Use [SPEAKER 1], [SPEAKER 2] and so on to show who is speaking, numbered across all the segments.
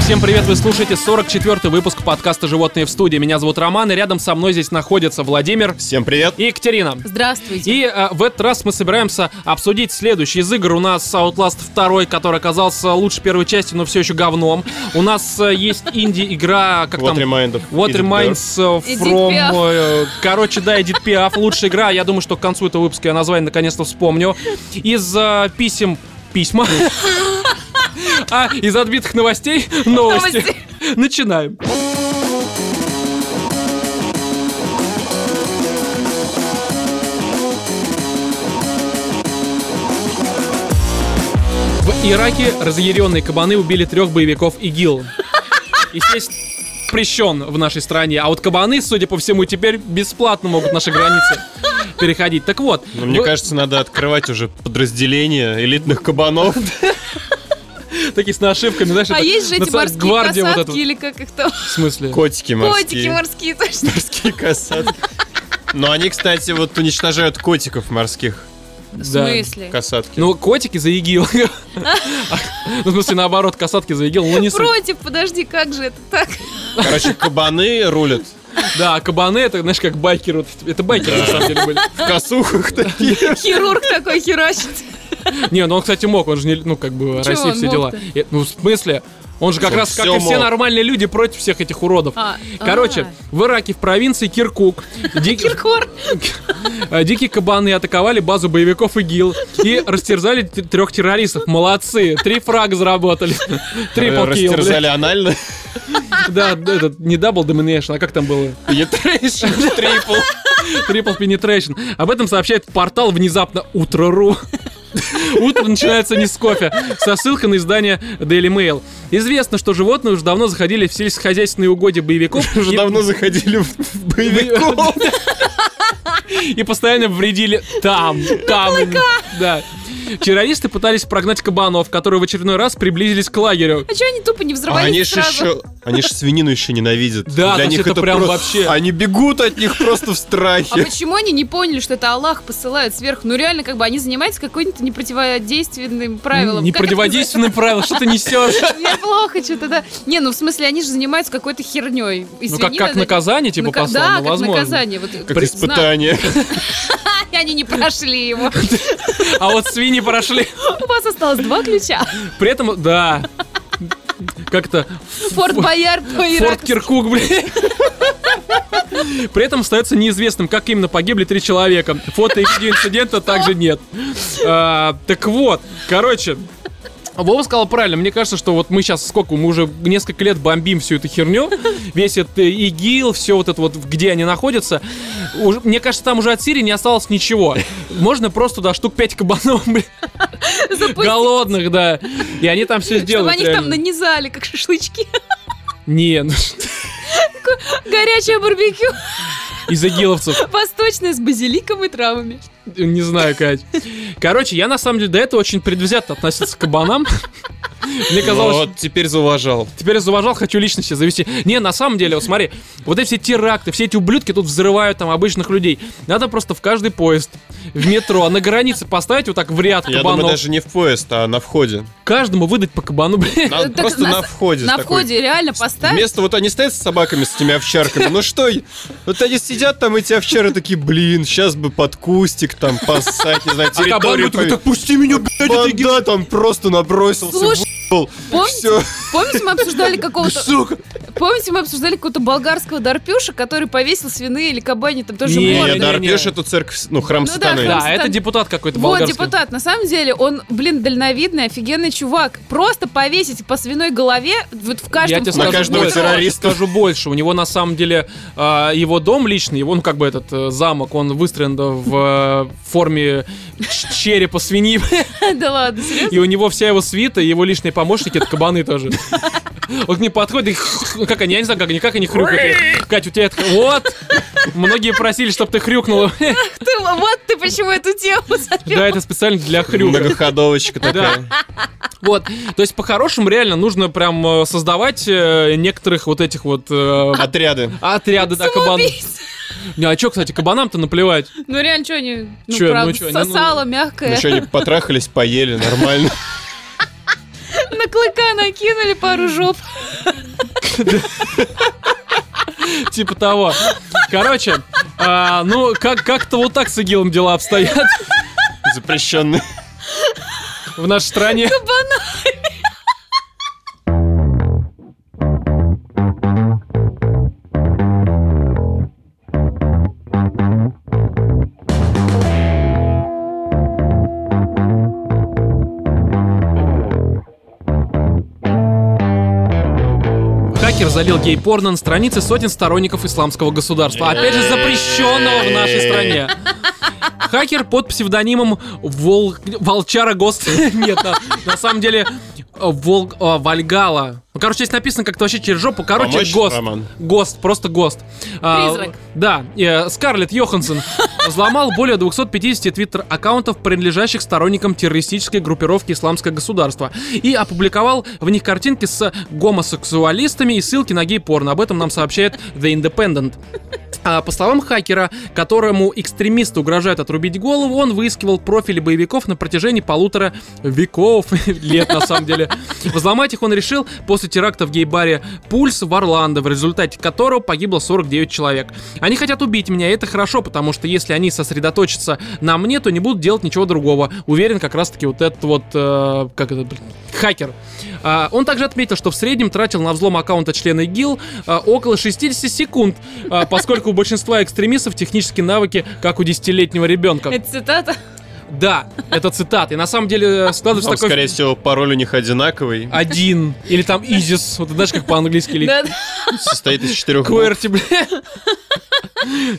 [SPEAKER 1] Всем привет, вы слушаете 44-й выпуск подкаста «Животные в студии». Меня зовут Роман, и рядом со мной здесь находятся Владимир
[SPEAKER 2] Всем привет!
[SPEAKER 1] и Екатерина.
[SPEAKER 3] Здравствуйте.
[SPEAKER 1] И э, в этот раз мы собираемся обсудить следующий из игр. У нас Outlast 2, который оказался лучше первой части, но все еще говном. У нас э, есть инди-игра, как
[SPEAKER 2] Вот
[SPEAKER 1] там...
[SPEAKER 2] Reminder.
[SPEAKER 1] What
[SPEAKER 2] Is it
[SPEAKER 1] Reminds э,
[SPEAKER 3] Эдит
[SPEAKER 1] From...
[SPEAKER 3] Пиаф.
[SPEAKER 1] э, Короче, да, Эдит Пиаф. Лучшая игра. Я думаю, что к концу этого выпуска я название наконец-то вспомню. Из э, писем... Письма. А из отбитых новостей новости.
[SPEAKER 3] Новости.
[SPEAKER 1] Начинаем. В Ираке разъяренные кабаны убили трех боевиков ИГИЛ. Естественно, запрещен в нашей стране. А вот кабаны, судя по всему, теперь бесплатно могут наши границы переходить. Так вот.
[SPEAKER 2] Ну, мне
[SPEAKER 1] вы-
[SPEAKER 2] кажется, надо открывать уже подразделение элитных кабанов.
[SPEAKER 1] Такие с нашивками, знаешь,
[SPEAKER 3] А
[SPEAKER 1] это
[SPEAKER 3] есть же эти
[SPEAKER 1] наци-
[SPEAKER 3] морские
[SPEAKER 1] гвардия вот
[SPEAKER 3] касатки
[SPEAKER 1] эта вот.
[SPEAKER 3] или как их там?
[SPEAKER 1] В смысле?
[SPEAKER 2] Котики морские.
[SPEAKER 3] Котики морские, точно.
[SPEAKER 2] Морские касатки. Но они, кстати, вот уничтожают котиков морских,
[SPEAKER 3] В
[SPEAKER 1] Да.
[SPEAKER 3] смысле?
[SPEAKER 2] касатки.
[SPEAKER 1] Ну, котики за ИГИЛ. Ну, в смысле, наоборот, касатки за ИГИЛ. Ну, не суть.
[SPEAKER 3] Против, подожди, как же это так?
[SPEAKER 2] Короче, кабаны рулят
[SPEAKER 1] Да, а кабаны, это, знаешь, как байкеры. вот эти- Это байкеры, на самом деле, были.
[SPEAKER 2] в косухах такие.
[SPEAKER 3] Хирург такой херачит.
[SPEAKER 1] Не, ну он, кстати, мог. Он же, не, ну, как бы, Россия,
[SPEAKER 3] он
[SPEAKER 1] все дела.
[SPEAKER 3] мог-то?
[SPEAKER 1] И- Ну, в смысле? Он же как
[SPEAKER 2] Он
[SPEAKER 1] раз, как
[SPEAKER 2] всё
[SPEAKER 1] и все
[SPEAKER 2] мог.
[SPEAKER 1] нормальные люди, против всех этих уродов.
[SPEAKER 3] А,
[SPEAKER 1] Короче, в Ираке, в провинции Киркук, дикий-
[SPEAKER 3] Киркор.
[SPEAKER 1] э, дикие кабаны атаковали базу боевиков ИГИЛ и растерзали т- трех террористов. Молодцы, три фрага заработали. Три полкилла.
[SPEAKER 2] Э, Растерзали анально.
[SPEAKER 1] Да, да, этот, не дабл доминейшн, а как там было?
[SPEAKER 2] Penetration, трипл.
[SPEAKER 1] Triple Penetration. Об этом сообщает портал внезапно Утро.ру. Утро начинается не с кофе, со ссылкой на издание Daily Mail. Известно, что животные уже давно заходили в сельскохозяйственные угодья боевиков
[SPEAKER 2] Уже
[SPEAKER 1] и-
[SPEAKER 2] давно заходили в в боевиков.
[SPEAKER 1] и постоянно вредили там, там. именно. Да. Террористы пытались прогнать кабанов, которые в очередной раз приблизились к лагерю.
[SPEAKER 3] А что они тупо
[SPEAKER 2] А
[SPEAKER 3] не
[SPEAKER 2] они
[SPEAKER 3] взрывались
[SPEAKER 2] же
[SPEAKER 3] сразу?
[SPEAKER 2] еще, они ж свинину еще ненавидят.
[SPEAKER 1] Да, то есть это прям вообще-
[SPEAKER 2] Они бегут от них просто в
[SPEAKER 3] А
[SPEAKER 2] страхе.
[SPEAKER 3] почему они не поняли, что это Аллах посылает сверху? Ну реально, как бы они занимаются какой-то непротиводейственным правилам.
[SPEAKER 1] Не
[SPEAKER 3] Как это
[SPEAKER 1] противодейственным правилам, что ты несешь? Ну,
[SPEAKER 3] называется? Мне плохо что-то, да. Не, ну в смысле, они же занимаются какой-то херней.
[SPEAKER 1] Ну как, как наказание, типа,
[SPEAKER 3] Да,
[SPEAKER 1] послал, ну
[SPEAKER 3] как
[SPEAKER 1] возможно.
[SPEAKER 3] наказание. Вот,
[SPEAKER 2] Как
[SPEAKER 3] признак.
[SPEAKER 2] испытание.
[SPEAKER 3] И они не прошли его.
[SPEAKER 1] А вот свиньи прошли.
[SPEAKER 3] У вас осталось два ключа.
[SPEAKER 1] При этом, да. Как-то
[SPEAKER 3] Форт Боярд по
[SPEAKER 1] Форт
[SPEAKER 3] Ираку.
[SPEAKER 1] Киркук, блин. При этом остается неизвестным, как именно погибли три человека. Фото и видео инцидента также нет. А, так вот, короче, Вова сказал правильно. Мне кажется, что вот мы сейчас сколько, мы уже несколько лет бомбим всю эту херню. Весь этот э, ИГИЛ, все вот это вот, где они находятся. Уж- мне кажется, там уже от Сирии не осталось ничего. Можно просто, да, штук 5 кабанов, блин, голодных, да. И они там все
[SPEAKER 3] Чтобы
[SPEAKER 1] сделают.
[SPEAKER 3] они их там
[SPEAKER 1] реально.
[SPEAKER 3] нанизали, как шашлычки.
[SPEAKER 1] Не, ну,
[SPEAKER 3] Горячее барбекю.
[SPEAKER 1] из игиловцев.
[SPEAKER 3] Восточное с базиликом и травами.
[SPEAKER 1] Не знаю, Кать. Короче, я на самом деле до этого очень предвзято относился к кабанам. Мне казалось,
[SPEAKER 2] Вот теперь зауважал.
[SPEAKER 1] теперь я зауважал, хочу лично себя завести. Не, на самом деле, вот смотри, вот эти все теракты, все эти ублюдки тут взрывают там обычных людей. Надо просто в каждый поезд, в метро, а на границе поставить вот так в ряд
[SPEAKER 2] Я
[SPEAKER 1] кабанов.
[SPEAKER 2] думаю, даже не в поезд, а на входе.
[SPEAKER 1] Каждому выдать по кабану, блин.
[SPEAKER 2] Надо
[SPEAKER 3] Э, Так
[SPEAKER 2] просто
[SPEAKER 3] на
[SPEAKER 2] на
[SPEAKER 3] с-
[SPEAKER 2] входе.
[SPEAKER 3] На
[SPEAKER 2] такой.
[SPEAKER 3] входе реально поставь.
[SPEAKER 2] Вместо вот они стоят с собаками, с этими овчарками. Ну что, вот они сидят там, эти овчары такие, блин, сейчас бы под кустик там поссать, не знаю,
[SPEAKER 1] А кабан
[SPEAKER 2] территорию.
[SPEAKER 1] такой,
[SPEAKER 2] пов-
[SPEAKER 1] так пусти меня, блядь, это
[SPEAKER 2] Банда там просто набросился,
[SPEAKER 3] Слушай,
[SPEAKER 2] выебал.
[SPEAKER 3] Помните,
[SPEAKER 2] Всё.
[SPEAKER 3] помните, мы обсуждали какого-то...
[SPEAKER 2] Сука.
[SPEAKER 3] Помните, мы обсуждали какого-то болгарского дорпюша, который повесил свиные или кабани, там тоже
[SPEAKER 1] Не,
[SPEAKER 2] Не,
[SPEAKER 3] морды.
[SPEAKER 1] не,
[SPEAKER 2] не,
[SPEAKER 1] не.
[SPEAKER 2] дорвешь эту церковь, ну, храм
[SPEAKER 3] Ну да,
[SPEAKER 2] сатаны.
[SPEAKER 3] храм
[SPEAKER 1] Да, это депутат какой-то
[SPEAKER 3] Вот,
[SPEAKER 1] болгарский.
[SPEAKER 3] депутат, на самом деле, он, блин, дальновидный, офигенный чувак. Просто повесить по свиной голове вот в каждом...
[SPEAKER 1] Я тебе
[SPEAKER 3] в
[SPEAKER 1] скажу
[SPEAKER 2] На каждого
[SPEAKER 1] больше.
[SPEAKER 2] террориста.
[SPEAKER 1] скажу больше. У него на самом деле э, его дом личный, его, ну как бы этот э, замок, он выстроен да, в э, форме ч- черепа свиньи.
[SPEAKER 3] Да ладно, серьезно?
[SPEAKER 1] И у него вся его свита, и его личные помощники это кабаны тоже. Он к ним подходит, и ну, как они, я не знаю, как они, как они хрюкают. Кать, у тебя это... Вот! Многие просили, чтобы ты хрюкнула.
[SPEAKER 3] Ты- вот ты почему эту тему завел.
[SPEAKER 1] Да, это специально для хрюка.
[SPEAKER 2] Многоходовочка такая.
[SPEAKER 1] Вот. То есть, по-хорошему, реально нужно прям э, создавать э, некоторых вот этих вот э,
[SPEAKER 2] Отряды.
[SPEAKER 1] отряды да, кабанов.
[SPEAKER 3] Самоубийц.
[SPEAKER 1] Не, а чё, кстати, кабанам-то наплевать.
[SPEAKER 3] Ну реально, что они... Ну,
[SPEAKER 1] Чё, ну
[SPEAKER 3] правда,
[SPEAKER 1] чё, не, ну-
[SPEAKER 3] сосало мягкое.
[SPEAKER 2] Ну что, они потрахались, поели, нормально.
[SPEAKER 3] На клыка накинули пару жоп.
[SPEAKER 1] Типа того. Короче, а, ну, как- как-то вот так с игилом дела обстоят
[SPEAKER 2] Запрещенный.
[SPEAKER 1] в нашей стране. Хакер залил гей-порно на странице сотен сторонников исламского государства. Опять же, запрещенного в нашей стране. Хакер под псевдонимом Вол... Волчара Гост... Нет, на, на самом деле э, Вол... э, Вальгала. Ну, короче, здесь написано как-то вообще через жопу. Короче,
[SPEAKER 2] Помочь,
[SPEAKER 1] Гост.
[SPEAKER 2] Роман?
[SPEAKER 1] Гост, просто Гост. А,
[SPEAKER 3] Призрак.
[SPEAKER 1] да, э, Скарлетт Йоханссон взломал более 250 твиттер-аккаунтов, принадлежащих сторонникам террористической группировки «Исламское государство», и опубликовал в них картинки с гомосексуалистами и ссылки на гей-порно. Об этом нам сообщает The Independent. А, По словам хакера, которому экстремисты угрожают отрубить голову, он выискивал профили боевиков на протяжении полутора веков, лет на самом деле. Взломать их он решил после теракта в гей-баре «Пульс» в Орландо, в результате которого погибло 49 человек. Они хотят убить меня, и это хорошо, потому что если они сосредоточатся на мне, то не будут делать ничего другого. Уверен, как раз-таки вот этот вот, э, как это, блин, хакер. А, он также отметил, что в среднем тратил на взлом аккаунта члена ИГИЛ а, около 60 секунд, а, поскольку у большинства экстремистов технические навыки, как у 10-летнего ребенка.
[SPEAKER 3] Это цитата.
[SPEAKER 1] Да, это цитата. И на самом деле э, складывается
[SPEAKER 2] Там,
[SPEAKER 1] такой...
[SPEAKER 2] А, ну, скорее всего, пароль у них одинаковый.
[SPEAKER 3] А.
[SPEAKER 1] Один. Или там Изис. Вот ты знаешь, как по-английски или
[SPEAKER 3] Да, да.
[SPEAKER 2] Состоит из четырех букв.
[SPEAKER 1] QWERTY,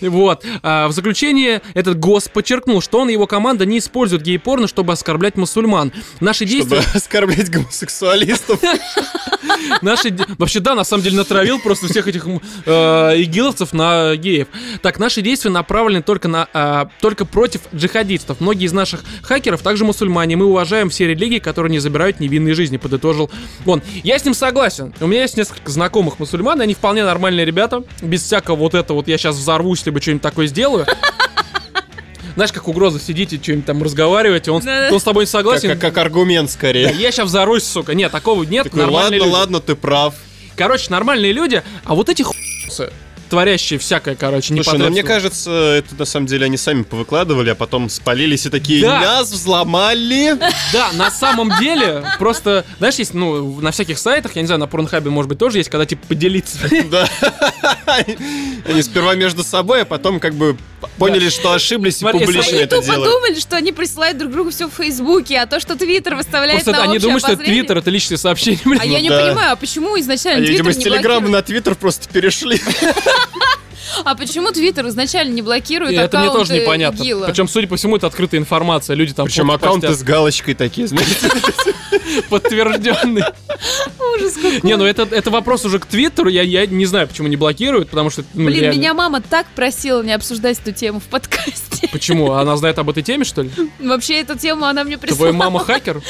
[SPEAKER 1] бля. Вот. А, В заключение этот гос подчеркнул, что он и его команда не используют гей-порно, чтобы оскорблять мусульман. Наши
[SPEAKER 2] Чтобы
[SPEAKER 1] действия...
[SPEAKER 2] оскорблять гомосексуалистов.
[SPEAKER 1] Наши... де- Вообще, да, на самом деле натравил просто всех этих м, э, игиловцев на геев. Так, наши действия направлены только, на, а, только против джихадистов. Многие из наших хакеров также мусульмане. Мы уважаем все религии, которые не забирают невинные жизни, подытожил он. Я с ним согласен. У меня есть несколько знакомых мусульман, и они вполне нормальные ребята. Без всякого вот этого вот я сейчас взорвусь, либо что-нибудь такое сделаю. Знаешь, как угроза, сидите, что-нибудь там разговариваете, он, с- он с тобой не
[SPEAKER 2] Как-
[SPEAKER 1] согласен.
[SPEAKER 2] Как как аргумент, скорее.
[SPEAKER 1] Я сейчас взорвусь, сука. Нет, такого нет.
[SPEAKER 2] Такой,
[SPEAKER 1] нормальные
[SPEAKER 2] ладно,
[SPEAKER 1] люди.
[SPEAKER 2] ладно, ты прав.
[SPEAKER 1] Короче, нормальные люди, а вот эти хуйцы, творящие всякое, короче,
[SPEAKER 2] Слушай,
[SPEAKER 1] непотребство.
[SPEAKER 2] ну мне кажется, это на самом деле они сами повыкладывали, а потом спалились и такие,
[SPEAKER 1] Да.
[SPEAKER 2] нас взломали.
[SPEAKER 1] Да, на самом деле, просто, знаешь, есть, ну, на всяких сайтах, я не знаю, на Порнхабе, может быть, тоже есть, когда, типа, поделиться.
[SPEAKER 2] Да. Они сперва между собой, а потом как бы поняли, что ошиблись и
[SPEAKER 1] Смотри,
[SPEAKER 2] публично
[SPEAKER 1] если
[SPEAKER 3] Они
[SPEAKER 2] это
[SPEAKER 3] то
[SPEAKER 2] делают.
[SPEAKER 3] подумали, что они присылают друг другу все в Фейсбуке, а то, что Твиттер выставляет
[SPEAKER 1] Просто
[SPEAKER 3] на
[SPEAKER 1] они
[SPEAKER 3] общее
[SPEAKER 1] думают, что это
[SPEAKER 3] обозрение-
[SPEAKER 1] Твиттер, Ну это личные сообщения.
[SPEAKER 3] А
[SPEAKER 1] блин.
[SPEAKER 3] я не
[SPEAKER 2] да.
[SPEAKER 3] понимаю, а почему изначально
[SPEAKER 2] Они, видимо,
[SPEAKER 3] Твиттер
[SPEAKER 2] с
[SPEAKER 3] не
[SPEAKER 2] Телеграма
[SPEAKER 3] блокирует?
[SPEAKER 2] на Твиттер просто перешли.
[SPEAKER 3] А почему Твиттер изначально не блокирует
[SPEAKER 1] И Это мне тоже
[SPEAKER 3] аккаунты
[SPEAKER 1] непонятно.
[SPEAKER 3] ИГИЛа?
[SPEAKER 1] Причем, судя по всему, это открытая информация. Люди там
[SPEAKER 2] Причем
[SPEAKER 1] фотки
[SPEAKER 2] аккаунты
[SPEAKER 1] постят.
[SPEAKER 2] с галочкой такие, знаете.
[SPEAKER 1] подтвержденный.
[SPEAKER 3] Ужас какой.
[SPEAKER 1] Не, ну это, это вопрос уже к Твиттеру. Я, я не знаю, почему не блокируют, потому что... ну,
[SPEAKER 3] Блин,
[SPEAKER 1] реально.
[SPEAKER 3] меня мама так просила не обсуждать эту тему в подкасте.
[SPEAKER 1] Почему? Она знает об этой теме, что ли?
[SPEAKER 3] Вообще, эту тему она мне прислала.
[SPEAKER 1] Твоя мама хакер?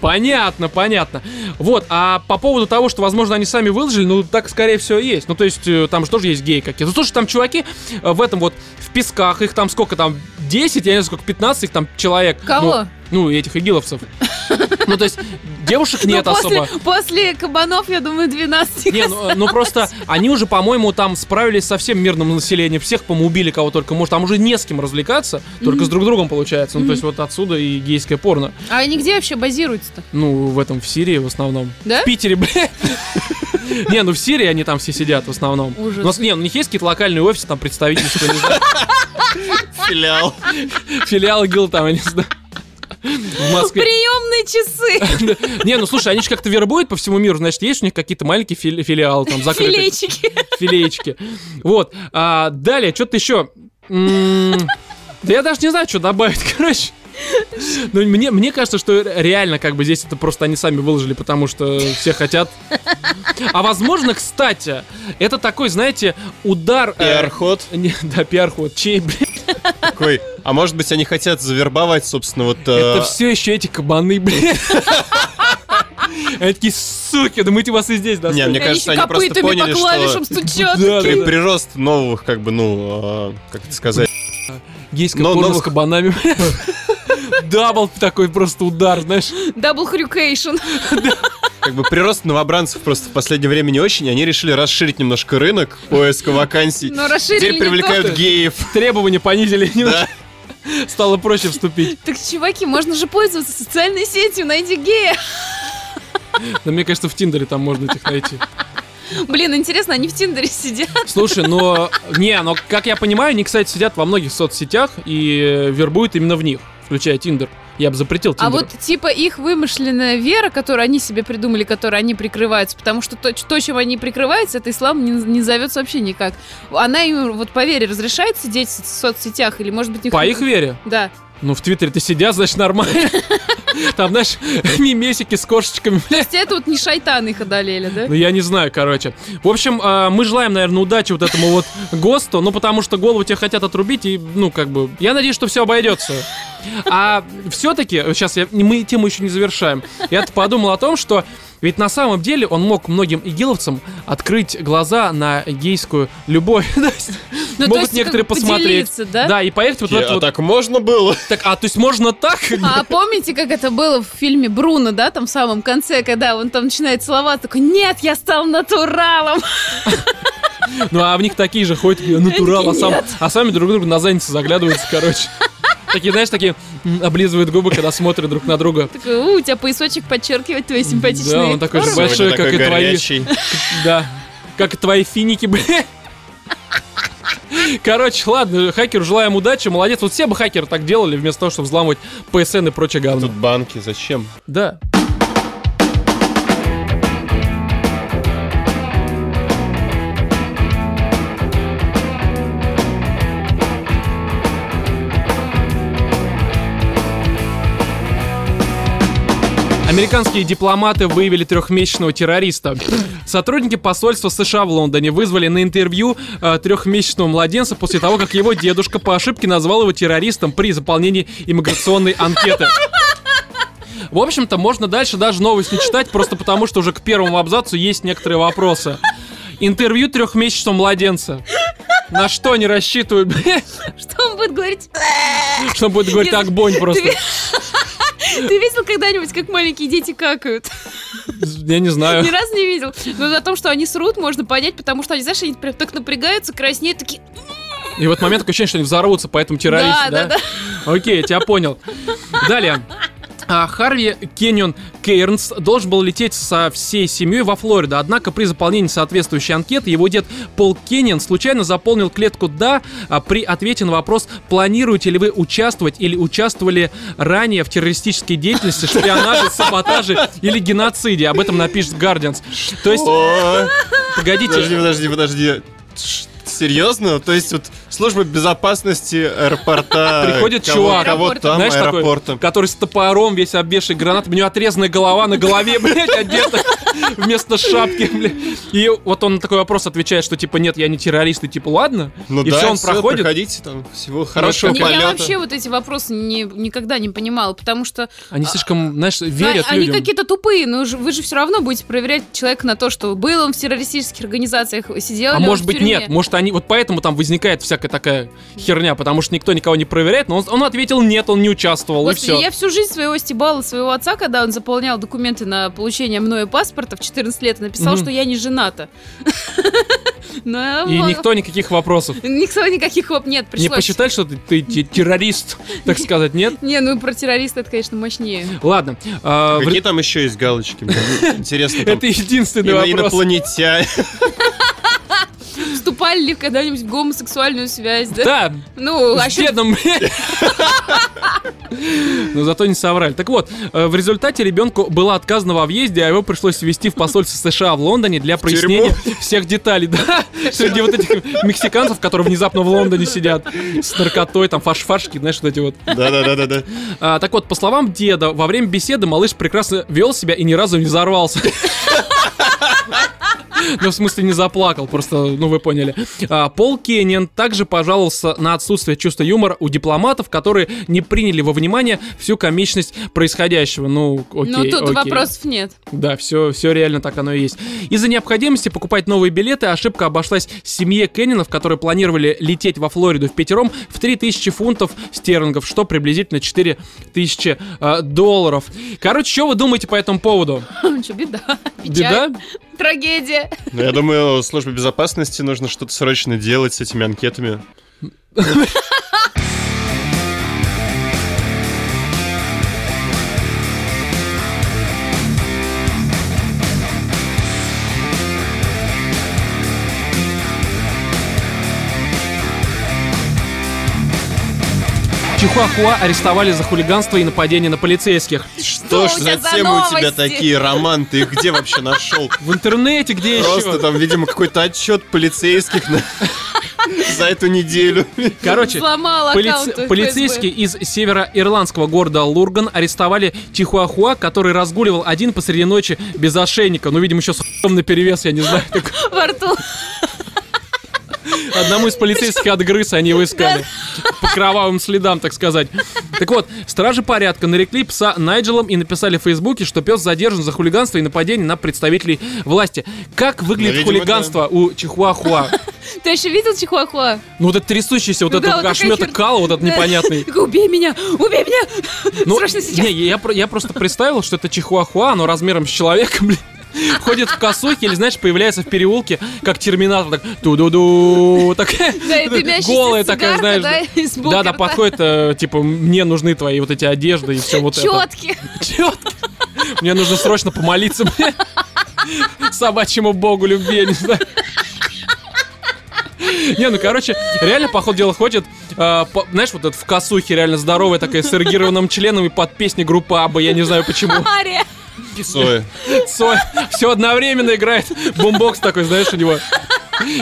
[SPEAKER 1] Понятно, понятно. Вот, а по поводу того, что, возможно, они сами выложили, ну, так, скорее всего, и есть. Ну, то есть, э, там же тоже есть геи какие-то. Слушай, там чуваки э, в этом вот, в песках, их там сколько там, 10, я не знаю, сколько, 15 их там человек.
[SPEAKER 3] Кого?
[SPEAKER 1] Ну, ну, этих игиловцев. Ну, то есть, девушек
[SPEAKER 3] Ну,
[SPEAKER 1] нет
[SPEAKER 3] после,
[SPEAKER 1] особо.
[SPEAKER 3] после кабанов, я думаю, 12
[SPEAKER 1] Не, ну, ну просто они уже, по-моему, там справились со всем мирным населением. Всех, по-моему, убили кого только. Может, там уже не с кем развлекаться, только с друг другом получается. Ну, то есть вот отсюда и гейское порно.
[SPEAKER 3] А они где вообще базируются-то?
[SPEAKER 1] Ну, в этом, в Сирии в основном.
[SPEAKER 3] Да?
[SPEAKER 1] В Питере, бля. Не, ну в Сирии они там все сидят в основном.
[SPEAKER 3] Ужас.
[SPEAKER 1] У нас- не, ну у них есть какие-то локальные офисы, там представительства, не знаю,
[SPEAKER 2] Филиал.
[SPEAKER 1] филиалы ГИЛ там, я не знаю. В Москве.
[SPEAKER 3] Приемные часы,
[SPEAKER 1] Не, ну слушай, они же как-то вербуют по всему миру, значит, есть у них какие-то маленькие фили- филиалы там закрытые.
[SPEAKER 3] филейчики.
[SPEAKER 1] Филеечки. Вот. А, Далее, что-то еще. М, Да я даже не знаю, что добавить, короче. Ну, мне, мне кажется, что реально, как бы здесь это просто они сами выложили, потому что все хотят. А возможно, кстати, это такой, знаете, удар. э,
[SPEAKER 2] Пиар-ход
[SPEAKER 1] не, да, пиар-ход. Чей, блядь?
[SPEAKER 2] такой. А может быть, они хотят завербовать, собственно, вот... э,
[SPEAKER 1] Это все еще эти кабаны, блядь. Они такие, суки, да мы вас и здесь
[SPEAKER 2] Не,
[SPEAKER 1] достали.
[SPEAKER 2] мне кажется, они просто
[SPEAKER 3] копытами
[SPEAKER 2] поняли,
[SPEAKER 3] по клавишам
[SPEAKER 2] что...
[SPEAKER 3] стучат.
[SPEAKER 1] Да,
[SPEAKER 2] при-
[SPEAKER 1] да, да.
[SPEAKER 2] Прирост новых, как бы, ну, э, как это сказать,
[SPEAKER 1] Гейское
[SPEAKER 2] Но
[SPEAKER 1] порно с
[SPEAKER 2] новых-
[SPEAKER 1] кабанами. Дабл такой просто удар, знаешь.
[SPEAKER 3] Дабл хрюкейшн.
[SPEAKER 2] как бы прирост новобранцев просто в последнее время не очень, и они решили расширить немножко рынок поиска вакансий.
[SPEAKER 3] Но расширили
[SPEAKER 2] Теперь
[SPEAKER 3] не
[SPEAKER 2] привлекают
[SPEAKER 1] Ну, то.
[SPEAKER 2] геев.
[SPEAKER 1] Требования понизили немножко.
[SPEAKER 2] Да.
[SPEAKER 1] Стало проще вступить.
[SPEAKER 3] Так, чуваки, можно же пользоваться социальной сетью, найди гея.
[SPEAKER 1] Но мне кажется, в Тиндере там можно этих найти.
[SPEAKER 3] Блин, интересно, они в Тиндере сидят?
[SPEAKER 1] Слушай, но... Не, но, как я понимаю, они, кстати, сидят во многих соцсетях и вербуют именно в них, включая Тиндер. Я бы запретил Тиндер.
[SPEAKER 3] А вот типа их вымышленная вера, которую они себе придумали, которой они прикрываются, потому что то, ч- то, чем они прикрываются, это ислам не, не зовется вообще никак. Она им, вот по вере, разрешает сидеть в со- соцсетях? Или, может быть, у них...
[SPEAKER 1] По их вере.
[SPEAKER 3] Да.
[SPEAKER 1] Ну, в Твиттере ты сидят, значит, нормально. Там, знаешь, мимесики с кошечками.
[SPEAKER 3] То есть это вот не шайтаны их одолели, да?
[SPEAKER 1] Ну, я не знаю, короче. В общем, а, мы желаем, наверное, удачи вот этому вот ГОСТу, ну, потому что голову тебе хотят отрубить, и, ну, как бы, я надеюсь, что все обойдется. А все-таки, сейчас я, мы тему еще не завершаем, я подумал о том, что ведь на самом деле он мог многим игиловцам открыть глаза на гейскую любовь. То есть
[SPEAKER 3] Ну, то
[SPEAKER 1] Могут
[SPEAKER 3] есть, как
[SPEAKER 1] некоторые
[SPEAKER 3] бы
[SPEAKER 1] посмотреть.
[SPEAKER 3] поделиться, да?
[SPEAKER 1] Да, и поехать вот в это
[SPEAKER 2] А
[SPEAKER 1] вот.
[SPEAKER 2] так можно было?
[SPEAKER 1] Так, а, то есть можно так?
[SPEAKER 3] А помните, как это было в фильме Бруно, да, там в самом конце, когда он там начинает целоваться, такой, нет, я стал натуралом.
[SPEAKER 1] Ну, а в них такие же ходят, такие, натурал, а, сам- а сами друг другу на задницу заглядываются, короче. Такие, знаешь, такие м, облизывают губы, когда смотрят друг на друга.
[SPEAKER 3] Такой, у, у тебя поясочек подчеркивает твои симпатичные.
[SPEAKER 1] Да, он такой же
[SPEAKER 3] формы».
[SPEAKER 1] Большой,
[SPEAKER 2] Сегодня
[SPEAKER 1] как
[SPEAKER 2] такой
[SPEAKER 1] и твои.
[SPEAKER 2] горячий.
[SPEAKER 1] Да. Как и твои финики, бля. Короче, ладно, хакеру желаем удачи, молодец. Вот все бы хакеры так делали, вместо того, чтобы взламывать PSN и прочее говно.
[SPEAKER 2] Тут банки, зачем?
[SPEAKER 1] Да. Американские дипломаты выявили трехмесячного террориста. Сотрудники посольства США в Лондоне вызвали на интервью э, трехмесячного младенца после того, как его дедушка по ошибке назвал его террористом при заполнении иммиграционной анкеты. В общем-то, можно дальше даже новость не читать, просто потому что уже к первому абзацу есть некоторые вопросы. Интервью трехмесячного младенца. На что не рассчитывают, бля,
[SPEAKER 3] Что он будет говорить?
[SPEAKER 1] что будет говорить
[SPEAKER 3] Нет,
[SPEAKER 1] огонь просто.
[SPEAKER 3] Ты видел когда-нибудь, как маленькие дети какают?
[SPEAKER 1] Я не знаю.
[SPEAKER 3] Ни разу не видел. Но о том, что они срут, можно понять, потому что они, знаешь, они прям так напрягаются, краснеют, такие...
[SPEAKER 1] И вот момент такое ощущение, что они взорвутся, поэтому террористы,
[SPEAKER 3] Да,
[SPEAKER 1] да?
[SPEAKER 3] да,
[SPEAKER 1] Окей, я тебя понял. Далее. А, Харви Кеннион Кейрнс должен был лететь со всей семьей во Флориду, однако при заполнении соответствующей анкеты его дед Пол Кеннион случайно заполнил клетку «да» а, при ответе на вопрос «планируете ли вы участвовать или участвовали ранее в террористической деятельности, шпионаже, саботаже или геноциде?» Об этом напишет Guardians. То есть,
[SPEAKER 2] О, Подожди,
[SPEAKER 1] погодите,
[SPEAKER 2] подожди, подожди. Ш- Серьезно? То есть вот служба безопасности аэропорта...
[SPEAKER 1] Приходит
[SPEAKER 2] кого-
[SPEAKER 1] чувак.
[SPEAKER 2] Кого
[SPEAKER 3] Аэропорта.
[SPEAKER 2] Э, там,
[SPEAKER 1] Знаешь, такой,
[SPEAKER 2] аэропорта.
[SPEAKER 1] который с топором весь обвешен гранатами, у него отрезанная голова на голове, блядь, одета вместо шапки, блядь. И вот он на такой вопрос отвечает, что типа нет, я не террорист, и типа ладно.
[SPEAKER 2] Ну
[SPEAKER 1] и
[SPEAKER 2] да,
[SPEAKER 1] все, он
[SPEAKER 2] всё,
[SPEAKER 1] проходит.
[SPEAKER 2] проходите там. Всего хорошего
[SPEAKER 3] Не, я
[SPEAKER 2] полета.
[SPEAKER 3] вообще вот эти вопросы не- никогда не понимала, потому что
[SPEAKER 1] Они слишком, знаешь, верят
[SPEAKER 3] А- они
[SPEAKER 1] людям.
[SPEAKER 3] какие-то тупые, но ж- вы же все равно будете проверять человека на то, что был он в террористических организациях, сидел
[SPEAKER 1] А
[SPEAKER 3] ли он
[SPEAKER 1] может
[SPEAKER 3] в
[SPEAKER 1] быть
[SPEAKER 3] тюрьме.
[SPEAKER 1] нет, может они, вот поэтому там возникает всякая такая херня, потому что никто никого не проверяет, но он, он ответил нет, он не участвовал,
[SPEAKER 3] Господи,
[SPEAKER 1] и все.
[SPEAKER 3] я всю жизнь своего стебала своего отца, когда он заполнял документы на получение мною паспорта в 14 лет, написал,
[SPEAKER 1] Мгм.
[SPEAKER 3] что я не жената. Но
[SPEAKER 1] И
[SPEAKER 3] ва-
[SPEAKER 1] никто никаких вопросов.
[SPEAKER 3] никто никаких хоп нет,
[SPEAKER 1] Не
[SPEAKER 3] пришлось.
[SPEAKER 1] посчитать, что ты, ты те- террорист, так сказать, нет?
[SPEAKER 3] Не, ну про террориста это, конечно, мощнее.
[SPEAKER 1] Ладно. а, в-
[SPEAKER 2] Какие там еще есть галочки? Мне Интересно, там
[SPEAKER 1] Это единственный
[SPEAKER 2] ино-
[SPEAKER 1] вопрос.
[SPEAKER 2] инопланетяне.
[SPEAKER 3] Вступали ли когда-нибудь в гомосексуальную связь, да?
[SPEAKER 1] Да,
[SPEAKER 3] Ну, а
[SPEAKER 1] С
[SPEAKER 3] чё-
[SPEAKER 1] дедом, блядь. Но зато не соврали. Так вот, э, в результате ребенку было отказано во въезде, а его пришлось ввести в посольство США в Лондоне для прояснения всех деталей. Да, среди вот этих мексиканцев, которые внезапно в Лондоне сидят с наркотой, там фарш-фаршки, знаешь, вот эти вот.
[SPEAKER 2] Да-да-да-да.
[SPEAKER 1] А, так вот, по словам деда, во время беседы малыш прекрасно вел себя и ни разу не взорвался. Ну, в смысле, не заплакал, просто, ну, вы поняли. А, Пол Кеннин также пожаловался на отсутствие чувства юмора у дипломатов, которые не приняли во внимание всю комичность происходящего. Ну, окей,
[SPEAKER 3] Ну, тут
[SPEAKER 1] окей.
[SPEAKER 3] вопросов нет.
[SPEAKER 1] Да, все, все реально так оно и есть. Из-за необходимости покупать новые билеты ошибка обошлась семье Кеннинов, которые планировали лететь во Флориду в пятером в 3000 фунтов стерлингов, что приблизительно 4000 э, долларов. Короче, что вы думаете по этому поводу?
[SPEAKER 3] Что, Ну, беда.
[SPEAKER 1] Беда?
[SPEAKER 3] Печаль. Трагедия.
[SPEAKER 2] Ну, Я думаю, службе безопасности нужно что-то срочно делать с этими анкетами.
[SPEAKER 1] Чихуахуа арестовали за хулиганство и нападение на полицейских.
[SPEAKER 2] Что ж
[SPEAKER 3] у
[SPEAKER 2] за
[SPEAKER 3] тебя за
[SPEAKER 2] темы у тебя
[SPEAKER 3] новости?
[SPEAKER 2] такие, Роман? Ты их где вообще нашел?
[SPEAKER 1] В интернете где
[SPEAKER 2] Просто
[SPEAKER 1] еще?
[SPEAKER 2] там, видимо, какой-то отчет полицейских на- за эту неделю.
[SPEAKER 1] Короче,
[SPEAKER 3] Сломала
[SPEAKER 1] Полиц-
[SPEAKER 3] аккаунт у
[SPEAKER 1] Полицейские из североирландского города Лурган арестовали Тихуахуа, который разгуливал один посреди ночи без ошейника. Ну, видимо, еще с хуем на перевес, я не знаю. Так
[SPEAKER 3] ФСБ. Во рту.
[SPEAKER 1] одному из полицейских отгрыз, они его искали. По кровавым следам, так сказать. Так вот, стражи порядка нарекли пса Найджелом и написали в Фейсбуке, что пес задержан за хулиганство и нападение на представителей власти. Как
[SPEAKER 3] Ну,
[SPEAKER 1] выглядит
[SPEAKER 2] видимо,
[SPEAKER 1] хулиганство у Чихуахуа?
[SPEAKER 3] Ты еще видел Чихуахуа?
[SPEAKER 1] Ну, вот это трясущийся, вот
[SPEAKER 3] Ну да,
[SPEAKER 1] этот
[SPEAKER 3] вот такая
[SPEAKER 1] ошметок
[SPEAKER 3] хер-
[SPEAKER 1] кала, вот этот
[SPEAKER 3] Да.
[SPEAKER 1] непонятный.
[SPEAKER 3] Такой, Убей меня! Убей меня!
[SPEAKER 1] Ну,
[SPEAKER 3] Срочно сейчас!
[SPEAKER 1] Не, я, про- я просто представил, что это чихуахуа, но размером с человеком, блин. Ходит в косухе или, знаешь, появляется в переулке, как терминатор, так ту-ду-ду, такая
[SPEAKER 3] Да, и дымящаяся
[SPEAKER 1] голая такая,
[SPEAKER 3] цигарка,
[SPEAKER 1] знаешь.
[SPEAKER 3] да, из
[SPEAKER 1] Да, да,
[SPEAKER 3] Бокерта.
[SPEAKER 1] подходит, э, типа, мне нужны твои вот эти одежды и все вот это.
[SPEAKER 3] Четки!
[SPEAKER 1] Четко. Мне нужно срочно помолиться, бля. Собачьему богу любви, я не знаю. Не, ну короче, реально, поход дела ходит. э, по- знаешь, вот этот в косухе реально здоровая такая с эрегированным членом и под песни группы Аба, я не знаю почему.
[SPEAKER 3] Ария!
[SPEAKER 2] Цоя.
[SPEAKER 1] Все одновременно играет. Бумбокс такой, знаешь, у него.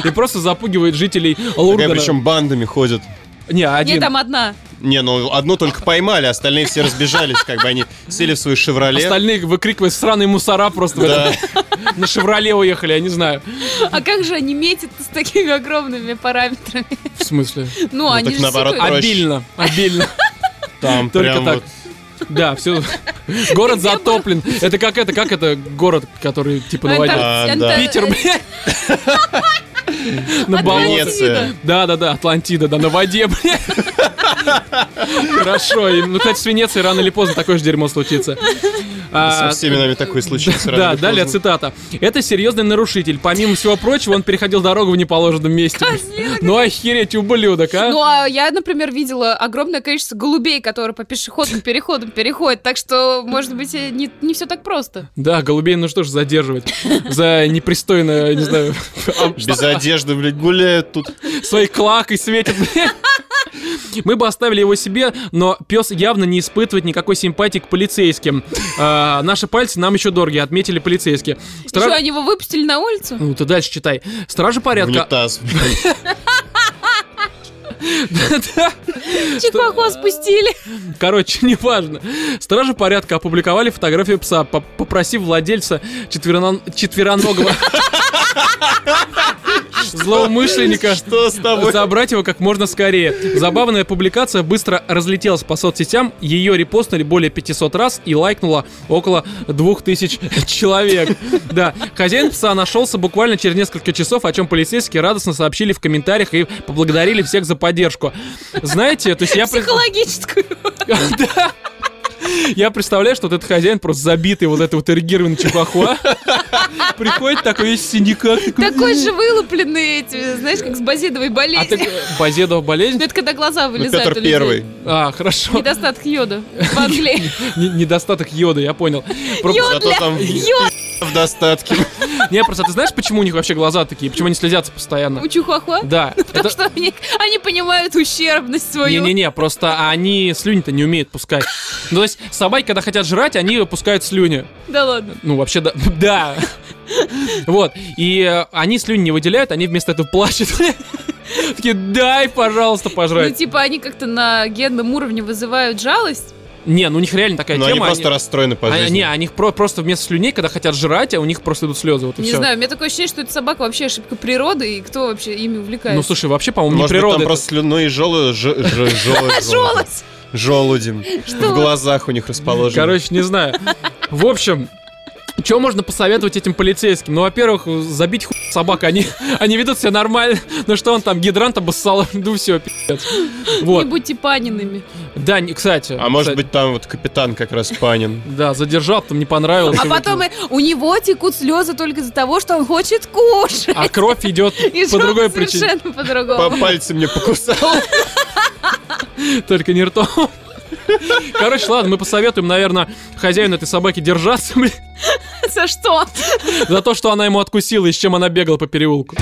[SPEAKER 1] И просто запугивает жителей
[SPEAKER 2] Такая,
[SPEAKER 1] Лургана.
[SPEAKER 2] причем бандами ходят.
[SPEAKER 1] Не,
[SPEAKER 3] Нет,
[SPEAKER 1] один.
[SPEAKER 3] там одна.
[SPEAKER 2] Не, ну одну только поймали, остальные все разбежались, как бы они сели в свой «Шевроле».
[SPEAKER 1] Остальные выкрикивают сраные мусора просто в
[SPEAKER 2] Да.
[SPEAKER 1] этом. на «Шевроле» уехали, я не знаю.
[SPEAKER 3] А как же они метят с такими огромными параметрами?
[SPEAKER 1] В смысле?
[SPEAKER 3] Ну, они
[SPEAKER 2] так
[SPEAKER 3] же
[SPEAKER 2] наоборот,
[SPEAKER 3] секут.
[SPEAKER 2] Проще.
[SPEAKER 1] Обильно, обильно.
[SPEAKER 2] Там
[SPEAKER 1] Только
[SPEAKER 2] прям
[SPEAKER 1] так.
[SPEAKER 2] вот
[SPEAKER 1] Да, все. Город затоплен. Это как это, как это город, который типа на
[SPEAKER 3] Ну,
[SPEAKER 1] воде.
[SPEAKER 2] А,
[SPEAKER 3] Антар-
[SPEAKER 2] да.
[SPEAKER 3] Анта-
[SPEAKER 1] Питер, блядь. На болоте.
[SPEAKER 2] Венеция.
[SPEAKER 1] Да, да, да, Атлантида, да, на воде, блядь. Хорошо. и, Ну, кстати, с Венецией рано или поздно такое же дерьмо случится. А,
[SPEAKER 2] Со всеми нами такое случится. рано
[SPEAKER 1] Да,
[SPEAKER 2] или
[SPEAKER 1] далее
[SPEAKER 2] поздно.
[SPEAKER 1] цитата. Это серьезный нарушитель. Помимо всего прочего, он переходил дорогу в неположенном месте. Ну охереть, ублюдок, а?
[SPEAKER 3] Ну, а я, например, видела огромное количество голубей, которые по пешеходным переходам переходят, так что, может быть, и не, не все так просто.
[SPEAKER 1] Да, голубей нужно тоже задерживать за непристойное, не знаю, а, об-
[SPEAKER 2] Без одежды, блядь, гуляют тут.
[SPEAKER 1] своей клакой светит. Мы бы оставили его себе, но пес явно не испытывает никакой симпатии к полицейским. А, наши пальцы нам еще дороги, отметили полицейские. Стра-
[SPEAKER 3] Что, они его выпустили на улицу?
[SPEAKER 1] Ну, ты дальше читай. Стражи порядка...
[SPEAKER 2] Унитаз.
[SPEAKER 1] Да.
[SPEAKER 3] Чихуахуа Типа, спустили.
[SPEAKER 1] Короче, неважно. Стражи порядка опубликовали фотографию пса, по- попросив владельца четверонон- четвероногого злоумышленника
[SPEAKER 2] Что с тобой?
[SPEAKER 1] забрать его как можно скорее. Забавная публикация быстро разлетелась по соцсетям, ее репостнули более 500 раз и лайкнуло около 2000 человек. Да, хозяин пса нашелся буквально через несколько часов, о чем полицейские радостно сообщили в комментариях и поблагодарили всех за поддержку. Знаете, то есть я... пред-
[SPEAKER 3] Психологическую.
[SPEAKER 1] Да. Я представляю, что вот этот хозяин просто забитый вот этой вот эрегированной чихуахуа. Приходит такой весь в синяках. такой,
[SPEAKER 3] Такой же вылупленный эти, знаешь, как с базидовой
[SPEAKER 1] А ты
[SPEAKER 3] болезнью.
[SPEAKER 1] Базедова
[SPEAKER 3] Ну,
[SPEAKER 1] болезнь?
[SPEAKER 3] это когда глаза
[SPEAKER 2] Ну,
[SPEAKER 3] вылезают у
[SPEAKER 2] Петр
[SPEAKER 3] людей.
[SPEAKER 2] Первый.
[SPEAKER 1] А, хорошо.
[SPEAKER 3] Недостаток йода в Англии.
[SPEAKER 1] Н- Недостаток йода, я понял. Про-
[SPEAKER 2] Зато А там
[SPEAKER 3] Йод
[SPEAKER 2] в достатке.
[SPEAKER 1] Не, просто ты знаешь, почему у них вообще глаза такие? Почему они слезятся постоянно?
[SPEAKER 3] у Чихуахуа?
[SPEAKER 1] Да.
[SPEAKER 3] Потому что они, они понимают ущербность свою.
[SPEAKER 1] Не-не-не, просто они слюни-то не умеют пускать. Ну, то есть собаки, когда хотят жрать, они пускают слюни.
[SPEAKER 3] Да ладно.
[SPEAKER 1] Ну, вообще, да. да. Вот. И э, они слюни не выделяют, они вместо этого плачут. Такие, дай, пожалуйста,
[SPEAKER 3] Ну,
[SPEAKER 1] пожрать.
[SPEAKER 3] типа, они как-то на генном уровне вызывают жалость.
[SPEAKER 1] Не, ну у них реально такая
[SPEAKER 2] Но они
[SPEAKER 1] тема.
[SPEAKER 2] просто расстроены по
[SPEAKER 1] они- А,
[SPEAKER 2] жизни.
[SPEAKER 1] не, они про- просто вместо слюней, когда хотят жрать, а у них просто идут слезы. Вот и
[SPEAKER 3] Не
[SPEAKER 1] всё.
[SPEAKER 3] знаю, у меня такое ощущение, что это собака вообще ошибка природы, и кто вообще ими увлекается.
[SPEAKER 1] Ну слушай, вообще, по-моему, не
[SPEAKER 2] Может быть,
[SPEAKER 1] природа.
[SPEAKER 2] там
[SPEAKER 1] это.
[SPEAKER 2] просто слюной и жолы- ж- ж- жолы- жолы-
[SPEAKER 3] Пожалуйста.
[SPEAKER 2] желудем. В глазах у них расположено.
[SPEAKER 1] Короче, не знаю. В общем, что можно посоветовать этим полицейским? Ну, во-первых, забить хуй собак. Они, они ведут себя нормально. Ну что он там, гидрант обоссал? Ну все, пи***ц.
[SPEAKER 3] Не
[SPEAKER 1] Вот.
[SPEAKER 3] будьте паниными.
[SPEAKER 1] Да, не- кстати.
[SPEAKER 2] а может
[SPEAKER 1] кстати,
[SPEAKER 2] быть, там вот капитан как раз панин.
[SPEAKER 1] Да, задержал, там не понравилось.
[SPEAKER 3] А
[SPEAKER 1] и вот-
[SPEAKER 3] потом и- у него текут слезы только из-за того, что он хочет кушать.
[SPEAKER 1] А кровь идет
[SPEAKER 3] И
[SPEAKER 1] по
[SPEAKER 3] жопа
[SPEAKER 1] другой причине.
[SPEAKER 3] Совершенно по-другому.
[SPEAKER 2] По пальцем мне покусал.
[SPEAKER 1] Только не ртом. Короче, ладно, мы посоветуем, наверное, хозяину этой собаки держаться, блин,
[SPEAKER 3] За что?
[SPEAKER 1] за то, что она ему откусила и с чем она бегала по переулку.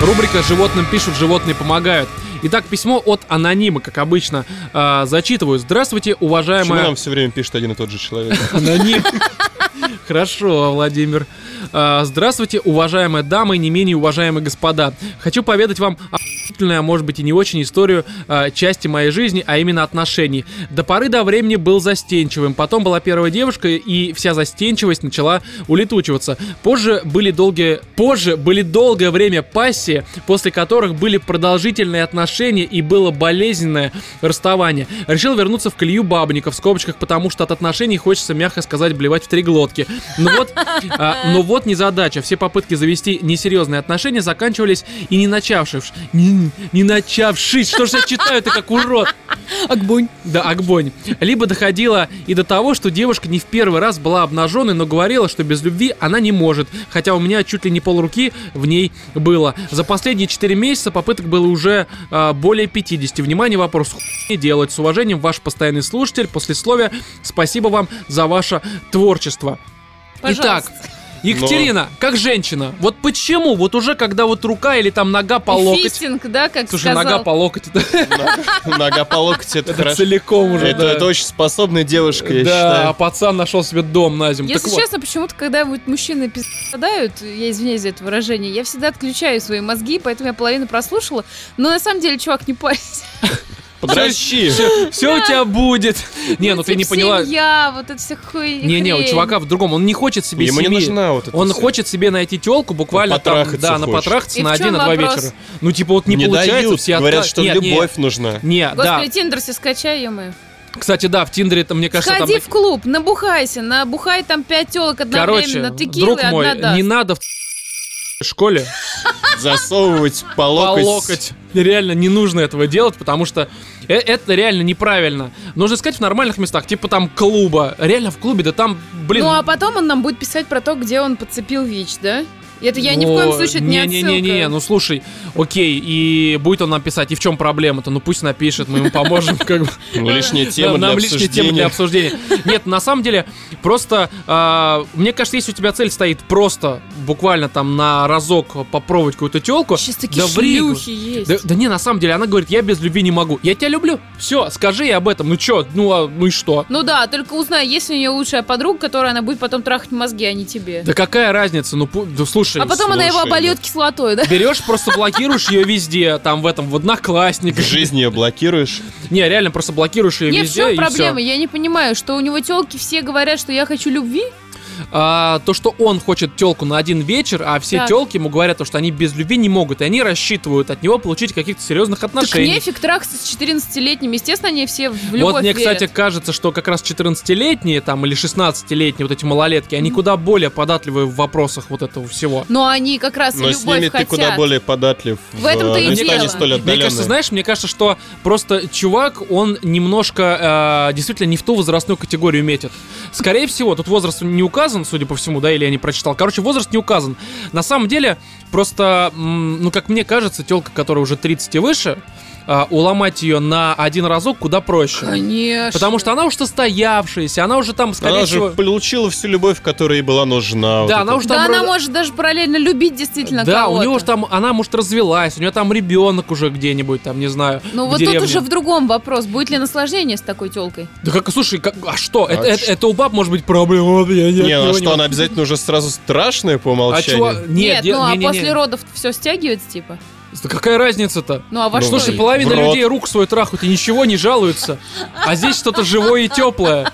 [SPEAKER 1] Рубрика «Животным пишут, животные помогают». Итак, письмо от анонима, как обычно. А, зачитываю. Здравствуйте,
[SPEAKER 2] Почему
[SPEAKER 1] уважаемая...
[SPEAKER 2] нам все время пишет один и тот же человек?
[SPEAKER 1] Аноним. Хорошо, Владимир. А, Здравствуйте, уважаемые дамы и не менее уважаемые господа. Хочу поведать вам охуительную, а может быть и не очень историю а, части моей жизни, а именно отношений. До поры до времени был застенчивым, потом была первая девушка и вся застенчивость начала улетучиваться. Позже были долгие, позже были долгое время пассии, после которых были продолжительные отношения и было болезненное расставание. Решил вернуться в колею бабников, в скобочках, потому что от отношений хочется, мягко сказать, блевать в три глотки. Но вот, а, но вот незадача. Все попытки завести несерьезные отношения заканчивались и не начавшись. Не, не начавшись. Что же я читаю-то как урод?
[SPEAKER 3] Акбунь.
[SPEAKER 1] Да, огонь. Либо доходило и до того, что девушка не в первый раз была обнаженной, но говорила, что без любви она не может, хотя у меня чуть ли не полруки в ней было. За последние 4 месяца попыток было уже а, более 50. Внимание, вопрос, хуй не делать. С уважением, ваш постоянный слушатель. Послесловие, спасибо вам за ваше творчество.
[SPEAKER 3] Пожалуйста.
[SPEAKER 1] Итак, Екатерина, как женщина, вот почему, вот уже когда вот рука или там нога по
[SPEAKER 3] И
[SPEAKER 1] локоть...
[SPEAKER 3] Фистинг, да, как
[SPEAKER 1] Слушай,
[SPEAKER 3] сказал.
[SPEAKER 1] нога по локоть, это,
[SPEAKER 2] Нога по локоть, это
[SPEAKER 1] это
[SPEAKER 2] хорошо.
[SPEAKER 1] целиком уже,
[SPEAKER 2] Это
[SPEAKER 1] да.
[SPEAKER 2] это очень способная девушка, я
[SPEAKER 1] да, а
[SPEAKER 2] считаю.
[SPEAKER 1] пацан нашел себе дом на зиму.
[SPEAKER 3] Если
[SPEAKER 1] так вот.
[SPEAKER 3] честно, почему-то, когда вот мужчины пи***дают, я извиняюсь за это выражение, я всегда отключаю свои мозги, поэтому я половину прослушала, но на самом деле, чувак, не парься.
[SPEAKER 2] Подращи.
[SPEAKER 1] Все у тебя будет. Не, ну ты не
[SPEAKER 3] типа,
[SPEAKER 1] поняла.
[SPEAKER 3] Семья, вот это вся хуйня.
[SPEAKER 1] Не-не, у чувака в другом. Он не хочет себе
[SPEAKER 2] Ему не
[SPEAKER 1] семьи.
[SPEAKER 2] нужна вот эта
[SPEAKER 1] Он
[SPEAKER 2] вся-
[SPEAKER 1] хочет себе найти телку буквально там,
[SPEAKER 2] Потрахаться
[SPEAKER 1] да, на
[SPEAKER 2] хочет.
[SPEAKER 1] потрахаться
[SPEAKER 3] И
[SPEAKER 1] на
[SPEAKER 3] в чём
[SPEAKER 1] один, на два
[SPEAKER 3] вопрос?
[SPEAKER 1] вечера. Ну, типа, вот не,
[SPEAKER 2] Не
[SPEAKER 1] получается,
[SPEAKER 2] дают.
[SPEAKER 1] все
[SPEAKER 2] Говорят,
[SPEAKER 1] отка-
[SPEAKER 2] что
[SPEAKER 1] Нет,
[SPEAKER 2] любовь нужна.
[SPEAKER 1] Не, не, да.
[SPEAKER 3] Господи, Тиндер все скачай, ё
[SPEAKER 1] Кстати, да, в Тиндере это, мне кажется,
[SPEAKER 3] Сходи
[SPEAKER 1] там...
[SPEAKER 3] в клуб, набухайся, набухай там пять телок
[SPEAKER 1] Короче,
[SPEAKER 3] одновременно, текилы,
[SPEAKER 1] друг мой,
[SPEAKER 3] одна даст. Ну,
[SPEAKER 1] не надо в школе
[SPEAKER 2] Засовывать по
[SPEAKER 1] по
[SPEAKER 2] локоть.
[SPEAKER 1] локоть. Реально не нужно этого делать, потому что э- это реально неправильно. Нужно искать в нормальных местах, типа там клуба. Реально в клубе, да там, блин,
[SPEAKER 3] Ну а потом он нам будет писать про то, где он подцепил ВИЧ, да? Это я ни в
[SPEAKER 1] Ну,
[SPEAKER 3] коем случае это не
[SPEAKER 1] не, не, не, не,
[SPEAKER 3] отсылка.
[SPEAKER 1] ну слушай, окей, и будет он нам писать, и в чем проблема-то? Ну пусть напишет, мы ему поможем, как бы.
[SPEAKER 2] Ну, Лишняя тема
[SPEAKER 1] Нам-
[SPEAKER 2] для
[SPEAKER 1] Нам лишняя тема для
[SPEAKER 2] обсуждения.
[SPEAKER 1] обсуждения. Нет, на самом деле, просто, а, мне кажется, если у тебя цель стоит просто, буквально там на разок попробовать какую-то телку,
[SPEAKER 3] Сейчас такие
[SPEAKER 1] да в Ригу.
[SPEAKER 3] шлюхи есть.
[SPEAKER 1] Да, да не, на самом деле, она говорит, я без любви не могу. Я тебя люблю. Все, скажи ей об этом. Ну чё, ну, а, ну и что?
[SPEAKER 3] Ну да, только узнай, есть ли у нее лучшая подруга, которая она будет потом трахать мозги, а не тебе.
[SPEAKER 1] Да какая разница? Ну, пу- да слушай.
[SPEAKER 3] а потом она его
[SPEAKER 2] слушай,
[SPEAKER 3] обольет кислотой, да?
[SPEAKER 1] Берешь, просто блокируешь ее везде, там в этом, в
[SPEAKER 2] В
[SPEAKER 1] одноклассниках.
[SPEAKER 2] жизни ее блокируешь.
[SPEAKER 1] Не, реально, просто блокируешь ее
[SPEAKER 3] Нет, в
[SPEAKER 1] везде.
[SPEAKER 3] чем
[SPEAKER 1] и
[SPEAKER 3] проблема?
[SPEAKER 1] всё.
[SPEAKER 3] Я не понимаю, что у него телки все говорят, что я хочу любви.
[SPEAKER 1] А, то, что он хочет телку на один вечер, а все
[SPEAKER 3] Так.
[SPEAKER 1] телки ему говорят, то, что они без любви не могут, и они рассчитывают от него получить каких-то серьезных
[SPEAKER 3] Так
[SPEAKER 1] отношений.
[SPEAKER 3] нефиг трахаться с 14-летним. Естественно, они все в любовь
[SPEAKER 1] вот мне,
[SPEAKER 3] верят.
[SPEAKER 1] кстати, кажется, что как раз 14-летние там или 16-летние вот эти малолетки, они куда более податливы в вопросах вот этого всего.
[SPEAKER 3] Но они как раз
[SPEAKER 2] Но
[SPEAKER 3] любовь
[SPEAKER 2] с ними
[SPEAKER 3] хотят.
[SPEAKER 2] ты куда более податлив.
[SPEAKER 3] В этом-то и
[SPEAKER 2] места
[SPEAKER 3] дело.
[SPEAKER 2] не столь
[SPEAKER 1] Мне кажется,
[SPEAKER 2] отдаленные.
[SPEAKER 1] знаешь, мне кажется, что просто чувак, он немножко э, действительно не в ту возрастную категорию метит. Скорее всего, тут возраст не указан, судя по всему, да, или я не прочитал. Короче, возраст не указан. На самом деле, просто, м, ну, как мне кажется, телка, которая уже 30 и выше, а, уломать ее на один разок куда проще.
[SPEAKER 3] Конечно.
[SPEAKER 1] Потому что она уже состоявшаяся, она уже там, скорее
[SPEAKER 2] Она
[SPEAKER 1] всего...
[SPEAKER 2] же получила всю любовь, которая ей была нужна. вот
[SPEAKER 1] Да,
[SPEAKER 2] это
[SPEAKER 1] она уже
[SPEAKER 3] Да,
[SPEAKER 1] там...
[SPEAKER 3] она
[SPEAKER 1] ра-
[SPEAKER 3] может даже параллельно любить действительно
[SPEAKER 1] да,
[SPEAKER 3] кого-то.
[SPEAKER 1] у нее уже там, она, может, развелась, у нее там ребенок уже где-нибудь, там, не знаю,
[SPEAKER 3] Ну
[SPEAKER 1] в
[SPEAKER 3] вот
[SPEAKER 1] деревне.
[SPEAKER 3] тут уже в другом вопрос. Будет ли наслаждение с такой телкой?
[SPEAKER 1] Да как, слушай, как, а что?
[SPEAKER 2] А
[SPEAKER 1] это, это,
[SPEAKER 2] ч-
[SPEAKER 1] это у баб может быть проблема. Вот я- я
[SPEAKER 2] Не,
[SPEAKER 1] от
[SPEAKER 2] ну а
[SPEAKER 1] него
[SPEAKER 2] что, она обязательно уже сразу страшная по
[SPEAKER 1] А чего?
[SPEAKER 2] умолчанию?
[SPEAKER 1] Нет, де-
[SPEAKER 3] ну а
[SPEAKER 1] не- не- не.
[SPEAKER 3] после родов все стягивается, типа?
[SPEAKER 1] Да какая разница-то?
[SPEAKER 3] Ну а во
[SPEAKER 2] Ну,
[SPEAKER 3] что?
[SPEAKER 1] Слушай,
[SPEAKER 3] и-
[SPEAKER 2] пла-
[SPEAKER 1] половина
[SPEAKER 2] В рот.
[SPEAKER 1] людей рук свой трахают и ничего не жалуются. А здесь что-то живое и теплое.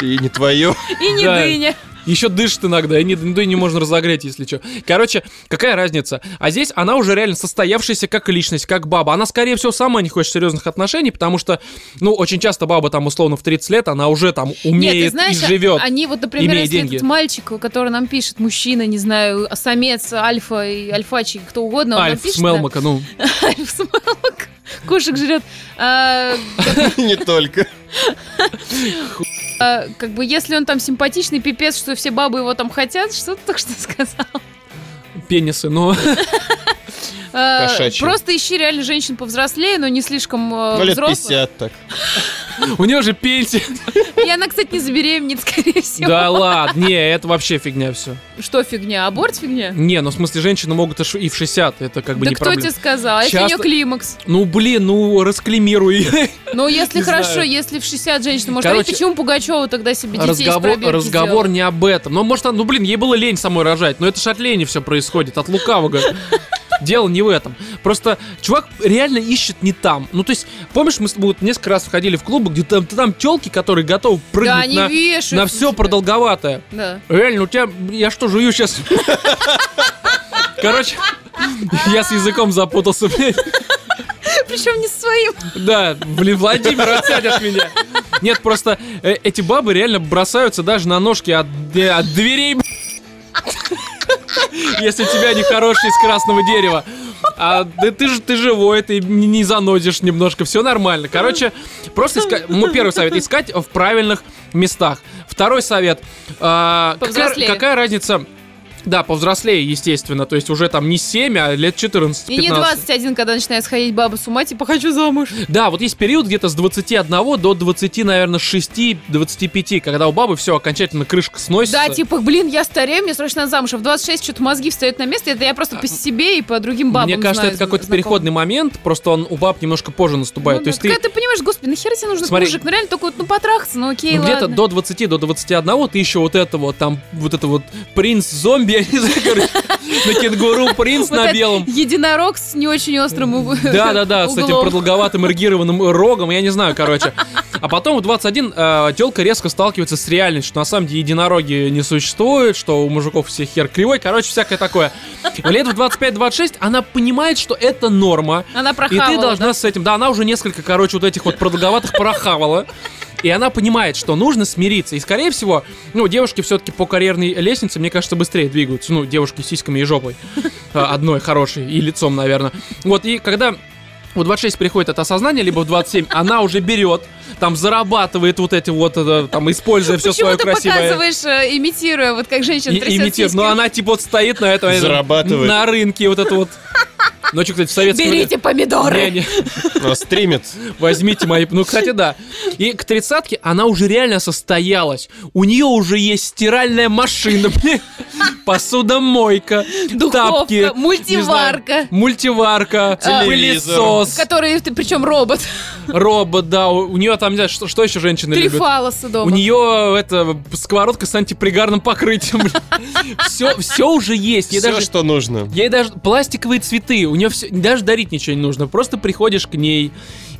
[SPEAKER 2] И не твое.
[SPEAKER 3] И не
[SPEAKER 1] да.
[SPEAKER 3] дыня.
[SPEAKER 1] Еще дышит иногда, и не, ну, да и не можно разогреть, если что. Короче, какая разница? А здесь она уже реально состоявшаяся как личность, как баба. Она, скорее всего, сама не хочет серьезных отношений, потому что, ну, очень часто баба там, условно, в 30 лет, она уже там умеет
[SPEAKER 3] Нет, ты знаешь, а-
[SPEAKER 1] и живет.
[SPEAKER 3] они вот, например,
[SPEAKER 1] имея
[SPEAKER 3] если
[SPEAKER 1] деньги.
[SPEAKER 3] этот мальчик, который нам пишет, мужчина, не знаю, самец, альфа, и альфачик, кто угодно, он нам
[SPEAKER 1] Альф
[SPEAKER 3] пишет,
[SPEAKER 1] с Мелмака, ну.
[SPEAKER 3] да? Альф Смелмак. Кошек жрет. А,
[SPEAKER 2] Не только.
[SPEAKER 3] а, как бы, если он там симпатичный пипец, что все бабы его там хотят, что ты только что сказал?
[SPEAKER 1] Пенисы, ну.
[SPEAKER 3] А,
[SPEAKER 2] Кошачий.
[SPEAKER 3] Просто ищи реально женщин повзрослее, но не слишком э,
[SPEAKER 2] Ну, лет
[SPEAKER 3] взрослых.
[SPEAKER 2] 50 так.
[SPEAKER 1] У нее же пенсия.
[SPEAKER 3] И она, кстати, не забеременеет, скорее всего.
[SPEAKER 1] Да ладно, не, это вообще фигня все.
[SPEAKER 3] Что фигня? Аборт фигня?
[SPEAKER 1] Не, ну в смысле женщины могут и ш- и в 60, это как бы
[SPEAKER 3] да
[SPEAKER 1] не
[SPEAKER 3] кто
[SPEAKER 1] проблема.
[SPEAKER 3] тебе сказал? А Если у нее
[SPEAKER 1] Часто-
[SPEAKER 3] климакс.
[SPEAKER 1] Ну блин, ну расклимируй.
[SPEAKER 3] Ну, если
[SPEAKER 1] Не
[SPEAKER 3] хорошо,
[SPEAKER 1] знаю.
[SPEAKER 3] если в 60 женщина может
[SPEAKER 1] Короче,
[SPEAKER 3] родить, почему Пугачева тогда себе детей из
[SPEAKER 1] Разговор,
[SPEAKER 3] пробирки
[SPEAKER 1] разговор
[SPEAKER 3] сделала?
[SPEAKER 1] не об этом. Ну, может, она- ну блин, ей было лень самой рожать, но это ж от лени все происходит, от лукавого. Дело не в этом. Просто чувак реально ищет не там. Ну, то есть, помнишь, мы с тобой вот несколько раз входили в клубы, где там, там телки, которые готовы
[SPEAKER 3] Да,
[SPEAKER 1] прыгнуть
[SPEAKER 3] они
[SPEAKER 1] на,
[SPEAKER 3] вешают.
[SPEAKER 1] на все продолговатое.
[SPEAKER 3] Да.
[SPEAKER 1] Реально, ну у тебя... Я что, жую сейчас? Короче, я с языком запутался, блядь.
[SPEAKER 3] Причем не своим.
[SPEAKER 1] Да, блин, Владимир, отсядь от меня. Нет, просто э, эти бабы реально бросаются даже на ножки от, э, от дверей, б***ь. Если у тебя не хороший из красного дерева. А да ты же ты живой, ты не, не занозишь немножко, все нормально. Короче, просто искать. Ну, первый совет искать в правильных местах. Второй совет. а, какая,
[SPEAKER 3] Повзрослее.
[SPEAKER 1] какая разница? Да, повзрослее, естественно. То есть уже там не 7, а лет 14-15.
[SPEAKER 3] И не 21, когда начинает сходить баба с ума, типа, хочу замуж.
[SPEAKER 1] Да, вот есть период где-то с 21 до 20, наверное, 6-25, когда у бабы все окончательно крышка сносится.
[SPEAKER 3] Да, типа, блин, я старею, мне срочно надо замуж. А в 26 что-то мозги встают на место. Это я просто по себе и по другим бабам
[SPEAKER 1] Мне кажется,
[SPEAKER 3] знаю,
[SPEAKER 1] это какой-то
[SPEAKER 3] знакомых.
[SPEAKER 1] переходный момент, просто он у баб немножко позже
[SPEAKER 3] Ну
[SPEAKER 1] наступает.
[SPEAKER 3] да,
[SPEAKER 1] То есть ты
[SPEAKER 3] когда ты понимаешь, господи, нахера тебе нужен
[SPEAKER 1] Смотри.
[SPEAKER 3] мужик? Ну реально только вот, ну потрахаться, ну окей,
[SPEAKER 1] ну, где-то
[SPEAKER 3] ладно.
[SPEAKER 1] до 20, до 21 ты еще вот это вот, там, вот это вот принц-зомби, я не знаю, короче, на кенгуру принц
[SPEAKER 3] Вот
[SPEAKER 1] на
[SPEAKER 3] этот
[SPEAKER 1] белом.
[SPEAKER 3] Единорог с не очень острым уг- углом.
[SPEAKER 1] Да, да, да, с этим продолговатым эргированным рогом, я не знаю, короче. А потом в 21 э, телка резко сталкивается с реальностью, что на самом деле единороги не существует, что у мужиков все хер кривой, короче, всякое такое. Лет в 25-26 она понимает, что это норма,
[SPEAKER 3] Она
[SPEAKER 1] и
[SPEAKER 3] прохавала.
[SPEAKER 1] ты должна
[SPEAKER 3] да?
[SPEAKER 1] с этим... Да, она уже несколько, короче, вот этих вот продолговатых прохавала. И она понимает, что нужно смириться. И, скорее всего, ну, девушки все-таки по карьерной лестнице, мне кажется, быстрее двигаются. Ну, девушки с сиськами и жопой. А, Одной хорошей. И лицом, наверное. Вот, и когда в 26 приходит это осознание, либо в 27, она уже берет, там, зарабатывает вот эти вот, это, там, используя все
[SPEAKER 3] Почему
[SPEAKER 1] свое
[SPEAKER 3] ты
[SPEAKER 1] красивое.
[SPEAKER 3] показываешь, э, имитируя, вот как женщина
[SPEAKER 1] И,
[SPEAKER 3] трясет
[SPEAKER 1] имитирует. Но
[SPEAKER 3] сиськами?
[SPEAKER 1] она, типа, вот стоит на этом.
[SPEAKER 2] Зарабатывает.
[SPEAKER 1] На рынке вот это вот. Ну, что, кстати, в советском...
[SPEAKER 3] Берите помидоры!
[SPEAKER 2] Она стримит.
[SPEAKER 1] Возьмите мои... Ну, кстати, да. И к тридцатке она уже реально состоялась. У нее уже есть стиральная машина, блин, посудомойка,
[SPEAKER 3] Духовка,
[SPEAKER 1] тапки. не знаю,
[SPEAKER 3] мультиварка.
[SPEAKER 1] Мультиварка,
[SPEAKER 2] А.
[SPEAKER 1] пылесос,
[SPEAKER 3] Который, ты- причем робот.
[SPEAKER 1] робот, да. У, у нее там, не знаю, что, что еще женщины
[SPEAKER 3] Три
[SPEAKER 1] любят?
[SPEAKER 3] фалоса
[SPEAKER 1] У ну,
[SPEAKER 3] дома.
[SPEAKER 1] нее это сковородка с антипригарным покрытием. Все, все уже есть. Ей
[SPEAKER 2] Все,
[SPEAKER 1] даже-
[SPEAKER 2] что нужно.
[SPEAKER 1] Ей даже пластиковые цветы, у нее все, даже дарить ничего не нужно, просто приходишь к ней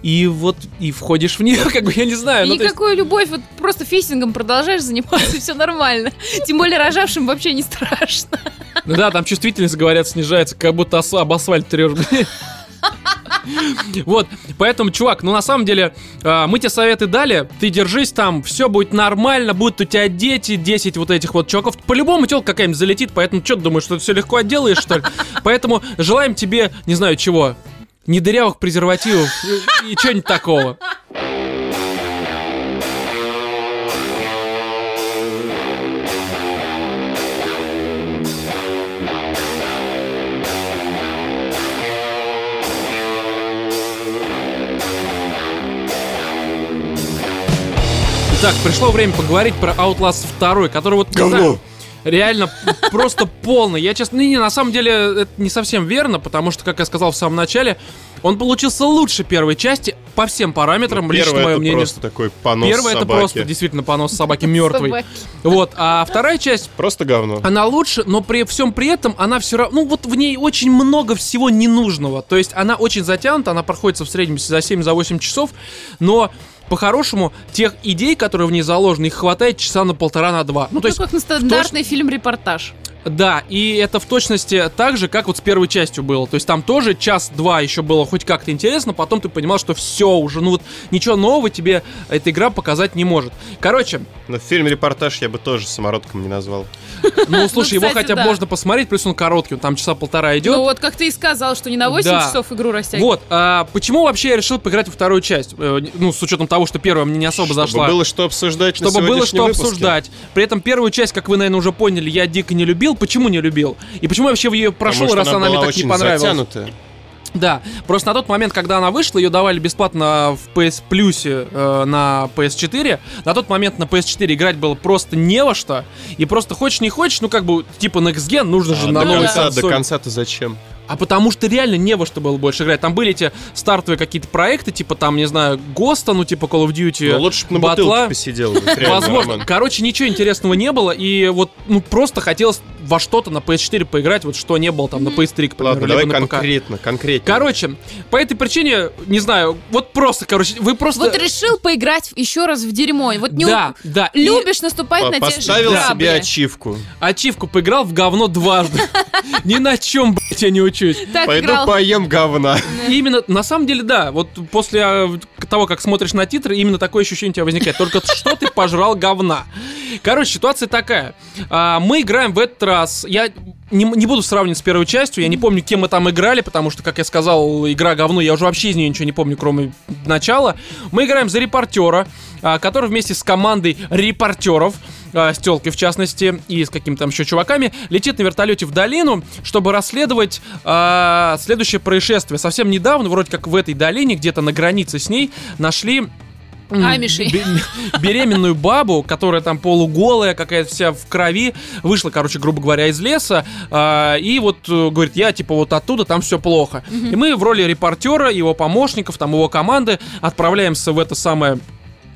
[SPEAKER 1] и вот и входишь в нее, как бы я не знаю. ну, то есть-
[SPEAKER 3] Никакую любовь, вот просто фейсингом продолжаешь заниматься, все нормально. Тем более рожавшим вообще не страшно.
[SPEAKER 1] Ну да, там чувствительность, говорят, снижается, как будто ос- об асфальт трешь. Вот, поэтому, чувак, ну на самом деле, а, мы тебе советы дали, ты держись там, все будет нормально, будут у тебя дети, 10 вот этих вот чуваков, по-любому телка какая-нибудь залетит, поэтому что ты думаешь, что ты все легко отделаешь, что ли? Поэтому желаем тебе, не знаю чего, недырявых презервативов и, и чего-нибудь такого. Так, пришло время поговорить про Outlast 2, который вот... не знаю, Реально, просто полный. Я честно... Не, не, на самом деле, это не совсем верно, потому что, как я сказал в самом начале, он получился лучше первой части по всем параметрам, лично
[SPEAKER 2] Первое
[SPEAKER 1] мое
[SPEAKER 2] это
[SPEAKER 1] мнение.
[SPEAKER 2] просто такой понос
[SPEAKER 1] Первая это
[SPEAKER 2] собаки.
[SPEAKER 1] просто действительно понос собаки мертвый.
[SPEAKER 3] Собаки.
[SPEAKER 1] Вот, а вторая часть
[SPEAKER 2] Просто говно.
[SPEAKER 1] она лучше, но при всем при этом она все равно, ну вот в ней очень много всего ненужного. То есть она очень затянута, она проходится в среднем за 7-8 часов, но по-хорошему тех идей, которые в ней заложены, их хватает часа на полтора, на два. Ну то
[SPEAKER 3] Ну,
[SPEAKER 1] есть,
[SPEAKER 3] как на стандартный фильм-репортаж.
[SPEAKER 1] да, и это в точности так же, как вот с первой частью было. То есть там тоже час-два еще было хоть как-то интересно, потом ты понимал, что все уже, ну вот ничего нового тебе эта игра показать не может. Короче,
[SPEAKER 2] Но фильм-репортаж я бы тоже самородком не назвал.
[SPEAKER 1] ну слушай, его
[SPEAKER 3] кстати,
[SPEAKER 1] хотя бы
[SPEAKER 3] да.
[SPEAKER 1] можно посмотреть, плюс он короткий, он там часа полтора идет.
[SPEAKER 3] Ну, вот как ты и сказал, что не на 8
[SPEAKER 1] Да.
[SPEAKER 3] часов игру растягивать.
[SPEAKER 1] Вот, а почему вообще я решил поиграть во вторую часть? Э, Ну, с учетом того, что первая мне не особо
[SPEAKER 2] Чтобы
[SPEAKER 1] зашла.
[SPEAKER 2] было что обсуждать на
[SPEAKER 1] чтобы было что
[SPEAKER 2] сегодняшнем выпуске.
[SPEAKER 1] обсуждать. При этом первую часть, как вы, наверное, уже поняли, я дико не любил. Почему не любил? И почему я вообще ее прошел,
[SPEAKER 2] Потому
[SPEAKER 1] раз
[SPEAKER 2] что
[SPEAKER 1] она, мне
[SPEAKER 2] была
[SPEAKER 1] так не
[SPEAKER 2] очень
[SPEAKER 1] понравилась?
[SPEAKER 2] затянутая.
[SPEAKER 1] Да, просто на тот момент, когда она вышла, ее давали бесплатно в PS Plus э, на PS4. На тот момент на PS4 играть было просто не во что. И просто хочешь не хочешь, ну как бы типа Next Gen нужно же
[SPEAKER 2] А
[SPEAKER 1] на
[SPEAKER 2] до
[SPEAKER 1] новой
[SPEAKER 2] конца, до
[SPEAKER 1] консоли.
[SPEAKER 2] конца-то зачем?
[SPEAKER 1] А потому что реально не во что было больше играть. Там были эти стартовые какие-то проекты, типа там, не знаю, Госта, ну типа Call of Duty.
[SPEAKER 2] Ну, лучше бы на
[SPEAKER 1] Батла.
[SPEAKER 2] бутылке посидел. вот реально,
[SPEAKER 1] Возможно.
[SPEAKER 2] Роман.
[SPEAKER 1] Короче, ничего интересного не было, и вот, ну, просто хотелось во что-то на PS4 поиграть, вот что не было там на PS3, к примеру,
[SPEAKER 2] Ладно,
[SPEAKER 1] либо
[SPEAKER 2] давай
[SPEAKER 1] на ПК.
[SPEAKER 2] конкретно, конкретно.
[SPEAKER 1] Короче, по этой причине, не знаю, вот просто, короче, вы просто...
[SPEAKER 3] Вот решил поиграть еще раз в дерьмо. Вот не
[SPEAKER 1] да, да. и
[SPEAKER 3] любишь наступать на те же
[SPEAKER 2] Поставил
[SPEAKER 3] грабли.
[SPEAKER 2] себе ачивку.
[SPEAKER 1] ачивку поиграл в говно дважды. Ни на чем, блядь, я не учусь.
[SPEAKER 3] Так
[SPEAKER 2] Пойду
[SPEAKER 3] играл.
[SPEAKER 2] поем говна.
[SPEAKER 1] Именно, на самом деле, да, вот после э, того, как смотришь на титры, именно такое ощущение у тебя возникает. Только что ты пожрал говна. Короче, ситуация такая. А, Мы играем в этот раз... Я не, не буду сравнивать с первой частью, я не помню, кем мы там играли, потому что, как я сказал, игра говно, я уже вообще из нее ничего не помню, кроме начала. Мы играем за репортера, а, который вместе с командой репортеров а, с телкой в частности, и с какими-то там еще чуваками, летит на вертолете в долину, чтобы расследовать а, следующее происшествие. Совсем недавно, вроде как в этой долине, где-то на границе с ней, нашли м,
[SPEAKER 3] Амишей.
[SPEAKER 1] бе- беременную бабу, которая там полуголая, какая-то вся в крови, вышла, короче, грубо говоря, из леса, а, и вот э, говорит, я типа вот оттуда, там все плохо. И мы в роли репортера, его помощников, там его команды отправляемся в это самое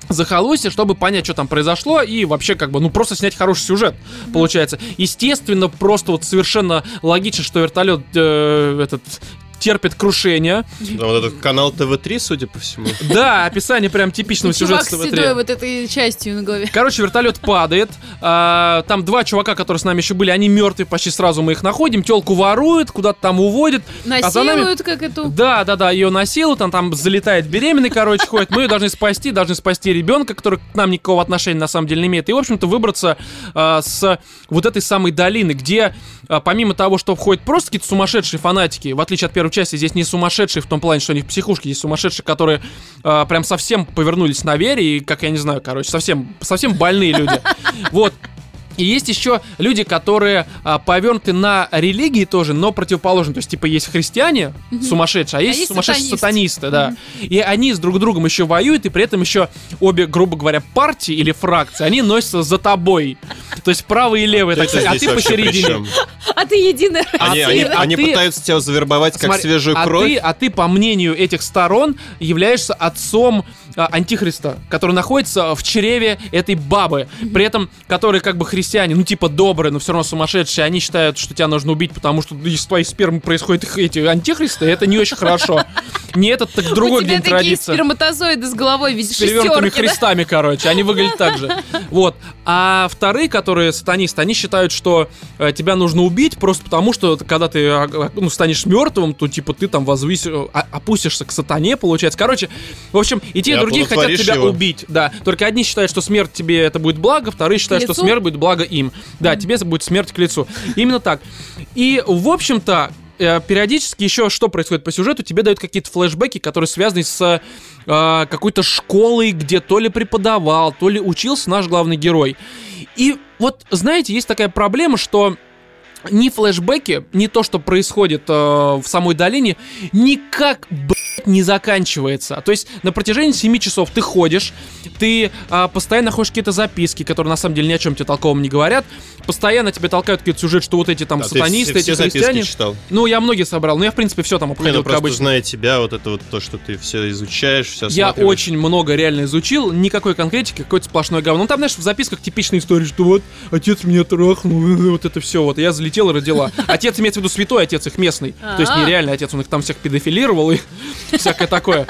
[SPEAKER 1] захолустье, чтобы понять, что там произошло, и вообще, как бы, ну, просто снять хороший сюжет, получается. Естественно, просто вот совершенно логично, что вертолет э, этот терпит крушение.
[SPEAKER 2] Да, вот этот канал ТВ-3, судя по всему.
[SPEAKER 1] Да, описание прям типичного сюжета
[SPEAKER 3] Чувак с
[SPEAKER 1] TV3.
[SPEAKER 3] седой вот этой частью на голове.
[SPEAKER 1] Короче, вертолет падает. а, там два чувака, которые с нами еще были, они мертвые, почти сразу мы их находим. Телку воруют, куда-то там уводят. А за нами-
[SPEAKER 3] Насилуют, как эту.
[SPEAKER 1] Да, да, да, ее насилуют, там, там залетает беременный, короче, ходит. Мы ее должны спасти, должны спасти ребенка, который к нам никакого отношения на самом деле не имеет. И, в общем-то, выбраться а, с вот этой самой долины, где, а, помимо того, что входят просто какие-то сумасшедшие фанатики, в отличие от первой части, здесь не сумасшедшие в том плане, что они в психушке, здесь сумасшедшие, которые а, прям совсем повернулись на вере, и, как я не знаю, короче, совсем, совсем больные люди. Вот. И есть еще люди, которые а, повернуты на религии тоже, но противоположно. То есть, типа, есть христиане сумасшедшие, а есть,
[SPEAKER 3] есть
[SPEAKER 1] сумасшедшие
[SPEAKER 3] сатанист.
[SPEAKER 1] сатанисты, да. И они с друг другом еще воюют, и при этом еще обе, грубо говоря, партии или фракции, они носятся за тобой. То есть правый и левый, так
[SPEAKER 2] Ты-то
[SPEAKER 1] сказать, а
[SPEAKER 2] здесь
[SPEAKER 1] ты
[SPEAKER 2] вообще при
[SPEAKER 1] посередине.
[SPEAKER 2] чем?
[SPEAKER 3] А ты единая
[SPEAKER 2] Они,
[SPEAKER 1] ты-
[SPEAKER 2] они-
[SPEAKER 1] а
[SPEAKER 2] они
[SPEAKER 1] ты-
[SPEAKER 2] пытаются тебя завербовать как
[SPEAKER 1] Смотри,
[SPEAKER 2] свежую
[SPEAKER 1] а
[SPEAKER 2] кровь.
[SPEAKER 1] Ты, а ты, по мнению этих сторон, являешься отцом а, антихриста, который находится в чреве этой бабы. При этом, которые как бы христиане, ну типа добрые, но все равно сумасшедшие, они считают, что тебя нужно убить, потому что из твоей спермы происходят их- эти антихристы, и это не очень хорошо. Не этот, так
[SPEAKER 3] У
[SPEAKER 1] другой
[SPEAKER 3] тебя
[SPEAKER 1] день
[SPEAKER 3] такие
[SPEAKER 1] традиция
[SPEAKER 3] сперматозоиды с головой в виде
[SPEAKER 1] с перевернутыми
[SPEAKER 3] шестерки. да?
[SPEAKER 1] христами, короче. Они выглядят так же. Вот. А вторые, которые сатанисты, они считают, что э, тебя нужно убить просто потому, что ты- когда ты а, а, ну, станешь мертвым, то типа ты там возвысишь, опустишься к сатане, получается. Короче, в общем, и те, и
[SPEAKER 2] И
[SPEAKER 1] другие хотят
[SPEAKER 2] оплодотворишь
[SPEAKER 1] тебя
[SPEAKER 2] его.
[SPEAKER 1] убить. Да. Только одни считают, что смерть тебе это будет благо, вторые считают, что
[SPEAKER 3] лицу?
[SPEAKER 1] смерть будет благо им. Да, тебе будет смерть к лицу. Именно так. И, в общем-то, э, периодически еще что происходит по сюжету, тебе дают какие-то флешбеки, которые связаны с э, какой-то школой, где то ли преподавал, то ли учился наш главный герой. И вот, знаете, есть такая проблема, что ни флешбеки, ни то, что происходит э, в самой долине, никак, блядь, не заканчивается. То есть на протяжении 7 часов ты ходишь, ты а, постоянно находишь какие-то записки, которые на самом деле ни о чем тебе толковом не говорят, постоянно тебе толкают какие-то сюжет, что вот эти там
[SPEAKER 2] Да, ты
[SPEAKER 1] сатанисты,
[SPEAKER 2] все-
[SPEAKER 1] эти
[SPEAKER 2] все записки
[SPEAKER 1] христиане.
[SPEAKER 2] читал.
[SPEAKER 1] Ну, я многие собрал, но я, в принципе, все там
[SPEAKER 2] Не,
[SPEAKER 1] обходил,
[SPEAKER 2] ну
[SPEAKER 1] как
[SPEAKER 2] просто
[SPEAKER 1] обычно.
[SPEAKER 2] зная тебя, вот это вот то, что ты все изучаешь, все
[SPEAKER 1] Я очень много реально изучил, никакой конкретики, какое-то сплошное говно. Ну там, знаешь, в записках типичная история, что вот отец меня трахнул, вот это все, вот я залетел и родила. Отец имеется в виду святой отец, их местный. То есть
[SPEAKER 3] А.
[SPEAKER 1] нереальный отец, он их там всех педофилировал и всякое такое.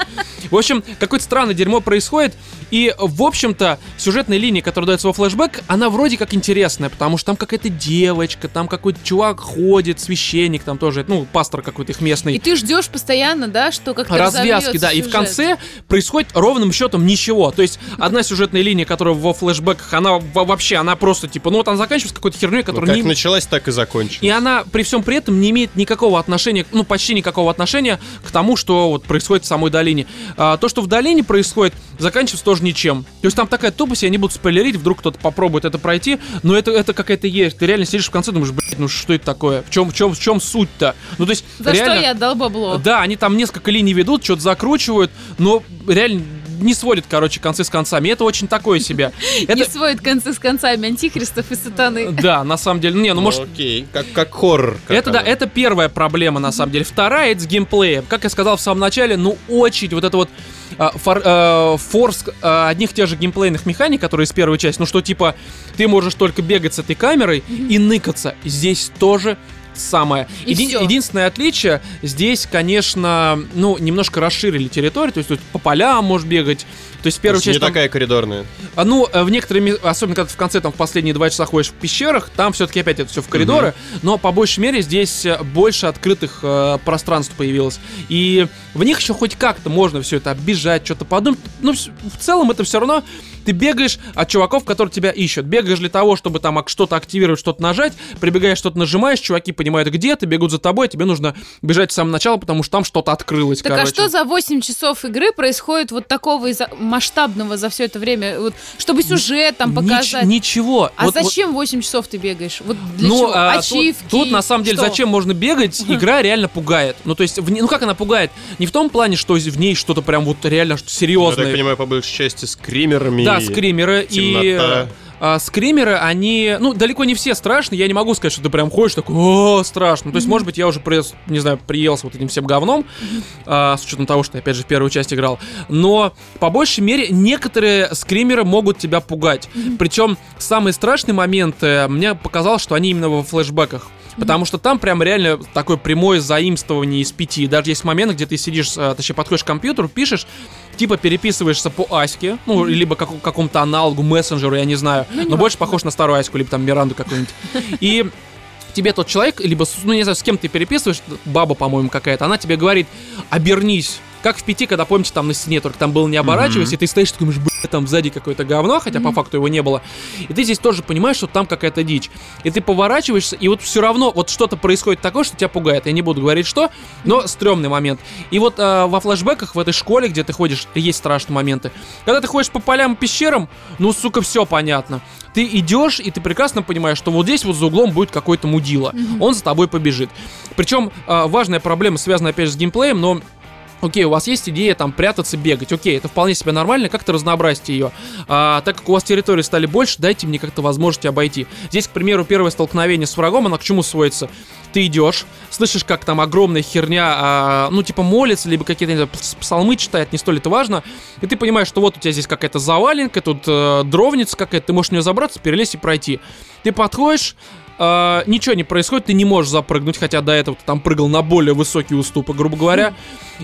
[SPEAKER 1] В общем, какое-то странное дерьмо происходит, и, в общем-то, сюжетная линия, которая дается во флешбэк, она вроде как интересная, потому что там какая-то девочка, там какой-то чувак ходит, священник там тоже, ну, пастор какой-то их местный
[SPEAKER 3] И ты ждешь постоянно, да, что как-то
[SPEAKER 1] развязки, да, и в
[SPEAKER 3] разовьется сюжет.
[SPEAKER 1] конце происходит ровным счетом ничего. То есть одна сюжетная линия, которая во флешбеках, она во- вообще, она просто типа, ну вот она заканчивается какой-то херней,
[SPEAKER 2] Как
[SPEAKER 1] которая не...
[SPEAKER 2] началась, так и
[SPEAKER 1] И
[SPEAKER 2] закончилась.
[SPEAKER 1] она при всем при этом не имеет никакого отношения, ну почти никакого отношения к тому, что вот происходит в самой долине. А, то, что в долине происходит, заканчивается тоже ничем. То есть там такая тупость, я не буду спойлерить, вдруг кто-то попробует это пройти, но это, это какая-то есть. Ты реально сидишь в конце, думаешь, блядь, ну что это такое? В чем, в чем, в чем суть-то? Ну то есть
[SPEAKER 3] За
[SPEAKER 1] реально...
[SPEAKER 3] что я отдал бабло?
[SPEAKER 1] Да, они там несколько линий ведут, что-то закручивают, но реально не сводят, короче, концы с концами. И Это очень такое себе.
[SPEAKER 3] Не
[SPEAKER 1] Это...
[SPEAKER 3] сводит концы с концами антихристов и сатаны.
[SPEAKER 1] Да, на самом деле. Не, ну может,
[SPEAKER 2] Окей, как, как хоррор. как
[SPEAKER 1] это, да,
[SPEAKER 2] оно.
[SPEAKER 1] это первая проблема, на самом деле. Вторая, это с геймплеем. Как я сказал в самом начале, ну, очень вот это вот а, фор- а, форс а, одних тех же геймплейных механик, которые из первой части, ну, что, типа, ты можешь только бегать с этой камерой и ныкаться. Здесь тоже самое.
[SPEAKER 3] И
[SPEAKER 1] Един-
[SPEAKER 3] всё.
[SPEAKER 1] единственное отличие, здесь, конечно, ну, немножко расширили территорию, то есть тут по полям можешь бегать, то есть в
[SPEAKER 2] То
[SPEAKER 1] первой
[SPEAKER 2] есть не
[SPEAKER 1] части там-
[SPEAKER 2] такая коридорная.
[SPEAKER 1] а, Ну, э, в некоторые, особенно когда ты в конце, там, в последние два часа ходишь в пещерах, там все-таки опять это все в коридоры, но по большей мере здесь э, больше открытых э, пространств появилось. И в них еще хоть как-то можно все это оббежать, что-то подумать. Ну, вс- в целом это все равно ты бегаешь от чуваков, которые тебя ищут. Бегаешь для того, чтобы там ак- что-то активировать, что-то нажать, прибегаешь, что-то нажимаешь, чуваки понимают, где ты, бегут за тобой, тебе нужно бежать с самого начала, потому что там что-то открылось,
[SPEAKER 3] Так
[SPEAKER 1] короче.
[SPEAKER 3] а что за 8 часов игры происходит вот такого изо- масштабного за все это время? Вот, чтобы сюжет там
[SPEAKER 1] Нич-
[SPEAKER 3] показать.
[SPEAKER 1] ничего.
[SPEAKER 3] А
[SPEAKER 1] Вот- вот-
[SPEAKER 3] зачем 8 часов ты бегаешь? Вот для чего?
[SPEAKER 1] а, тут-
[SPEAKER 3] Ачивки?
[SPEAKER 1] Тут, на самом деле,
[SPEAKER 3] Что?
[SPEAKER 1] зачем можно бегать? Игра реально пугает. Ну, то есть, в ней- ну как она пугает? Не в том плане, что в ней что-то прям вот реально что-
[SPEAKER 2] Ну, Я так
[SPEAKER 1] серьезное.
[SPEAKER 2] понимаю, по большей части скримерами.
[SPEAKER 1] Да, скримеры и...
[SPEAKER 2] темнота.
[SPEAKER 1] а, скримеры, они, ну, далеко не все страшные, я не могу сказать, что ты прям ходишь такой, о, страшно. Ну, То есть, может быть, я уже, прес- не знаю, приелся вот этим всем говном, а, с учетом того, что я, опять же, в первую часть играл. Но, по большей мере, некоторые скримеры могут тебя пугать. Причем, самый страшный момент, э, мне показалось, что они именно во флешбеках. Потому что там прям реально такое прямое заимствование из пяти. Даже есть момент, где ты сидишь, э, точнее, подходишь к компьютеру, пишешь, типа переписываешься по аське, ну, либо как- какому-то аналогу, мессенджеру, я не знаю. но больше похож на старую аську, либо там Миранду какую-нибудь. И тебе тот человек, либо, с- ну, не знаю, с кем ты переписываешь, баба, по-моему, какая-то, она тебе говорит, обернись. Как в пяти, когда, помните, там на стене, только там был не оборачивайся, и ты стоишь, такой, думаешь, «Бля, там сзади какое-то говно, хотя по факту его не было. И ты здесь тоже понимаешь, что там какая-то дичь. И ты поворачиваешься, и вот все равно вот что-то происходит такое, что тебя пугает. Я не буду говорить, что, но стрёмный момент. И вот а, во флешбеках в этой школе, где ты ходишь, есть страшные моменты. Когда ты ходишь по полям и пещерам, ну, сука, все понятно. Ты идешь, и ты прекрасно понимаешь, что вот здесь вот за углом будет какой-то мудила. Он за тобой побежит. Причем а, важная проблема связана, опять же, с геймплеем, но Окей, у вас есть идея там прятаться, бегать. Окей, это вполне себе нормально, как-то разнообразьте ее. А, так как у вас территории стали больше, дайте мне как-то возможность обойти. Здесь, к примеру, первое столкновение с врагом, оно к чему сводится? Ты идешь, слышишь, как там огромная херня, а, ну, типа, молится, либо какие-то не знаю, пс- псалмы читает, не столь это важно. И ты понимаешь, что вот у тебя здесь какая-то заваленка, тут э, дровница какая-то, ты можешь в нее забраться, перелезть и пройти. Ты подходишь, а, ничего не происходит, ты не можешь запрыгнуть, хотя до этого ты там прыгал на более высокий уступ, грубо говоря.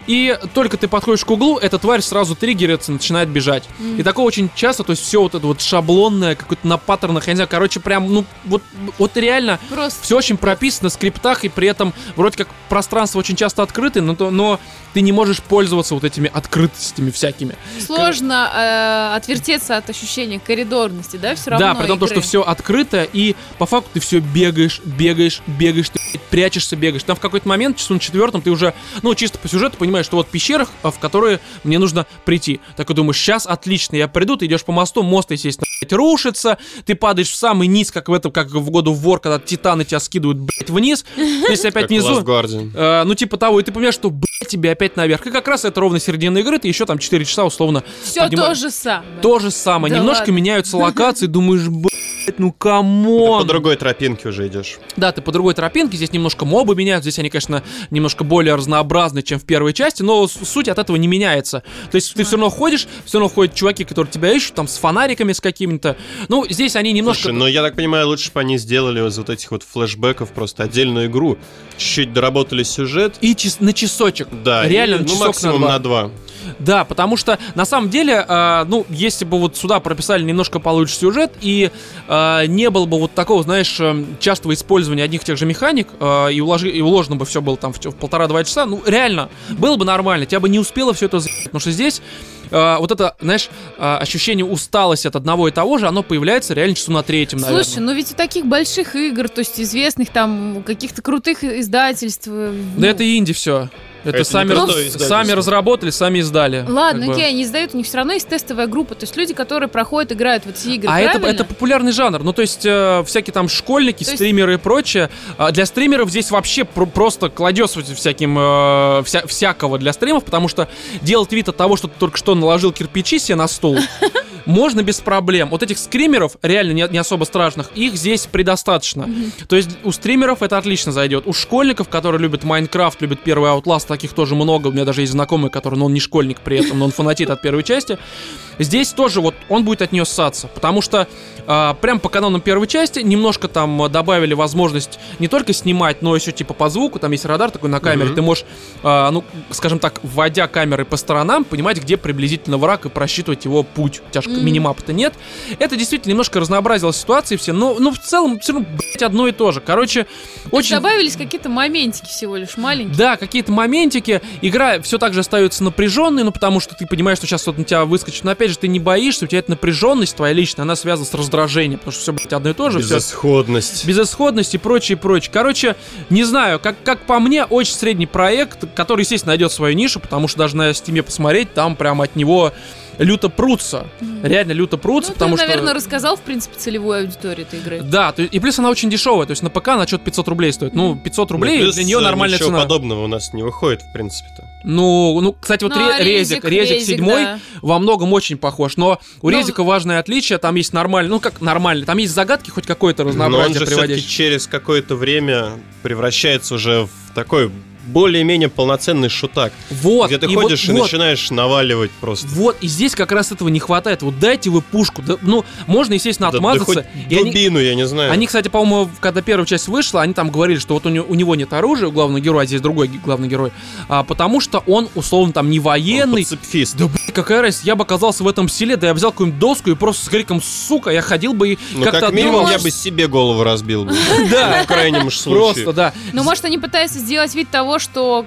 [SPEAKER 1] И только ты подходишь к углу, эта тварь сразу триггерится, начинает бежать. И такое очень часто, то есть все вот это вот шаблонное, какое-то на паттернах, я не знаю, короче, прям, ну, вот, вот реально
[SPEAKER 3] Просто
[SPEAKER 1] все очень прописано в скриптах, и при этом вроде как пространство очень часто открыто, но, то- но ты не можешь пользоваться вот этими открытостями всякими.
[SPEAKER 3] Сложно э, отвертеться от ощущения коридорности, да, все равно.
[SPEAKER 1] да, при том, то,
[SPEAKER 3] игры.
[SPEAKER 1] что все открыто, и по факту ты все бегаешь, бегаешь, бегаешь, ты блядь, прячешься, бегаешь. Там в какой-то момент, часу на четвертом, ты уже, ну, чисто по сюжету понимаешь, что вот пещера, в которые мне нужно прийти. Так и думаешь, сейчас отлично, я приду, ты идешь по мосту, мост, естественно, блядь, рушится, ты падаешь в самый низ, как в этом, как в году вор, когда титаны тебя скидывают, блядь, вниз. Если опять
[SPEAKER 2] Как Last
[SPEAKER 1] внизу,
[SPEAKER 2] Guardian.
[SPEAKER 1] Э, ну, типа того, и ты понимаешь, что, блядь, тебе опять наверх. И как раз это ровно середина игры, ты еще там 4 часа условно
[SPEAKER 3] Все
[SPEAKER 1] поднимаешь.
[SPEAKER 3] то же самое.
[SPEAKER 1] То же самое.
[SPEAKER 3] Да
[SPEAKER 1] Немножко
[SPEAKER 3] ладно.
[SPEAKER 1] меняются локации, думаешь, блядь, ну
[SPEAKER 2] По
[SPEAKER 1] камон.
[SPEAKER 2] другой тропинке уже идешь.
[SPEAKER 1] Да, ты по другой тропинке, здесь немножко мобы меняют, здесь они, конечно, немножко более разнообразны, чем в первой части, но с- суть от этого не меняется. То есть ты все равно ходишь, все равно ходят чуваки, которые тебя ищут, там с фонариками, с какими-то. Ну, здесь они немножко...
[SPEAKER 2] Слушай, но я так понимаю, лучше бы они сделали из вот этих вот флешбеков просто отдельную игру. Чуть-чуть доработали сюжет.
[SPEAKER 1] И чис- на часочек.
[SPEAKER 2] Да,
[SPEAKER 1] Реально,
[SPEAKER 2] и, ну,
[SPEAKER 1] часок на
[SPEAKER 2] максимум
[SPEAKER 1] два.
[SPEAKER 2] на два.
[SPEAKER 1] Да, потому что на самом деле, э, ну, если бы вот сюда прописали немножко получше сюжет и э, не было бы вот такого, знаешь, э, частого использования одних и тех же механик э, и, уложи, и уложено бы все было там в, те- в полтора-два часа, ну, реально, было бы нормально, тебя бы не успело все это за***ть, потому что здесь э, вот это, знаешь, э, ощущение усталости от одного и того же, оно появляется реально часу на третьем, наверное.
[SPEAKER 3] Слушай, ну ведь у таких больших игр, то есть известных там каких-то крутых издательств. э, ну,
[SPEAKER 1] Да это инди все. Это,
[SPEAKER 2] Это не
[SPEAKER 1] сами,
[SPEAKER 2] простое
[SPEAKER 1] раз-
[SPEAKER 2] издательство.
[SPEAKER 1] сами разработали, сами издали.
[SPEAKER 3] ну, Ладно,
[SPEAKER 1] Как бы.
[SPEAKER 3] окей, они издают, у них все равно есть тестовая группа, то есть люди, которые проходят, играют в эти игры.
[SPEAKER 1] А это,
[SPEAKER 3] правильно?
[SPEAKER 1] это популярный жанр. Ну, то есть, э, всякие там школьники,
[SPEAKER 3] То есть-
[SPEAKER 1] стримеры и прочее. А для стримеров здесь вообще про- просто кладется всяким э, вся- всякого для стримов, потому что делать вид от того, что ты только что наложил кирпичи себе на стул, можно без проблем. Вот этих скримеров, реально не, не особо страшных, их здесь предостаточно. То есть у стримеров это отлично зайдет. У школьников, которые любят Майнкрафт, любят первый Outlast, таких тоже много. У меня даже есть знакомый, который, но он не школьник при этом, но он фанатит от первой части. Здесь тоже вот он будет от нее ссаться, потому что а, прям по канонам первой части немножко там а, добавили возможность не только снимать, но еще типа по звуку, там есть радар такой на камере,
[SPEAKER 2] Мгм.
[SPEAKER 1] ты можешь, а, ну, скажем так, вводя камеры по сторонам, понимать, где приблизительно враг и просчитывать его путь. У тебя же
[SPEAKER 3] Мгм.
[SPEAKER 1] минимапа-то нет. Это действительно немножко разнообразило ситуации все, но, но в целом все равно, блядь, одно и то же. Короче, очень...
[SPEAKER 3] Добавились какие-то моментики всего лишь маленькие.
[SPEAKER 1] Да, какие-то моментики. Игра все так же остается напряженной, ну потому что ты понимаешь, что сейчас вот на тебя выскочит. Но опять же, ты не боишься, у тебя эта напряженность твоя личная, она связана с раздражением, потому что все, блядь, одно и то же. всё
[SPEAKER 2] Безысходность.
[SPEAKER 1] безысходность и прочее, прочее. Короче, не знаю, как, как по мне, очень средний проект, который, естественно, найдет свою нишу, потому что даже на стиме посмотреть, там прям от него люто прутся. Реально люто прутся,
[SPEAKER 3] Ну, ты,
[SPEAKER 1] потому что...
[SPEAKER 3] наверное, рассказал, в принципе, целевую аудиторию этой игры.
[SPEAKER 1] Да, то- и плюс она очень дешевая, то есть на ПК она что-то 500 рублей стоит. Ну, 500 рублей
[SPEAKER 2] Ну, плюс,
[SPEAKER 1] для нее
[SPEAKER 2] э,
[SPEAKER 1] нормальная
[SPEAKER 2] ничего
[SPEAKER 1] цена.
[SPEAKER 2] подобного у нас не выходит, в принципе-то.
[SPEAKER 1] Ну, ну, кстати, вот
[SPEAKER 3] Ну,
[SPEAKER 1] Ре-
[SPEAKER 3] а
[SPEAKER 1] Резик,
[SPEAKER 3] Резик,
[SPEAKER 1] Резик
[SPEAKER 3] Резик,
[SPEAKER 1] седьмой
[SPEAKER 3] да. Ну,
[SPEAKER 1] во многом очень похож, но у
[SPEAKER 3] Но-
[SPEAKER 1] Резика важное отличие, там есть нормально, ну как нормально, там есть загадки хоть какое-то
[SPEAKER 2] Но он
[SPEAKER 1] разнообразие
[SPEAKER 2] же все-таки
[SPEAKER 1] приводящее.
[SPEAKER 2] через какое-то время превращается уже в такой более-менее полноценный шутак.
[SPEAKER 1] Вот,
[SPEAKER 2] где ты
[SPEAKER 1] и вот-
[SPEAKER 2] ходишь и
[SPEAKER 1] вот,
[SPEAKER 2] начинаешь наваливать просто.
[SPEAKER 1] Вот, и здесь как раз этого не хватает. Вот дайте вы пушку. Да, ну, можно, естественно,
[SPEAKER 2] Да- да
[SPEAKER 1] отмазаться.
[SPEAKER 2] хоть
[SPEAKER 1] И они,
[SPEAKER 2] дубину, я не знаю.
[SPEAKER 1] они, кстати, по-моему, в- когда первая часть вышла, они там говорили, что вот у него, у него нет оружия, у главного героя, а здесь другой г- главный герой, а, потому что он, условно, там не
[SPEAKER 2] Он
[SPEAKER 1] военный.
[SPEAKER 2] пацифист.
[SPEAKER 1] Да, блин, какая разница, я бы оказался в этом селе, да я взял какую-нибудь доску и просто с криком «сука», я ходил бы и
[SPEAKER 2] Ну,
[SPEAKER 1] как-то
[SPEAKER 2] как минимум,
[SPEAKER 1] отбивался.
[SPEAKER 2] я бы себе голову разбил бы. Ну,
[SPEAKER 1] Да,
[SPEAKER 2] В крайнем уж случае.
[SPEAKER 1] просто, да.
[SPEAKER 3] Ну, может, они пытаются сделать вид того, что...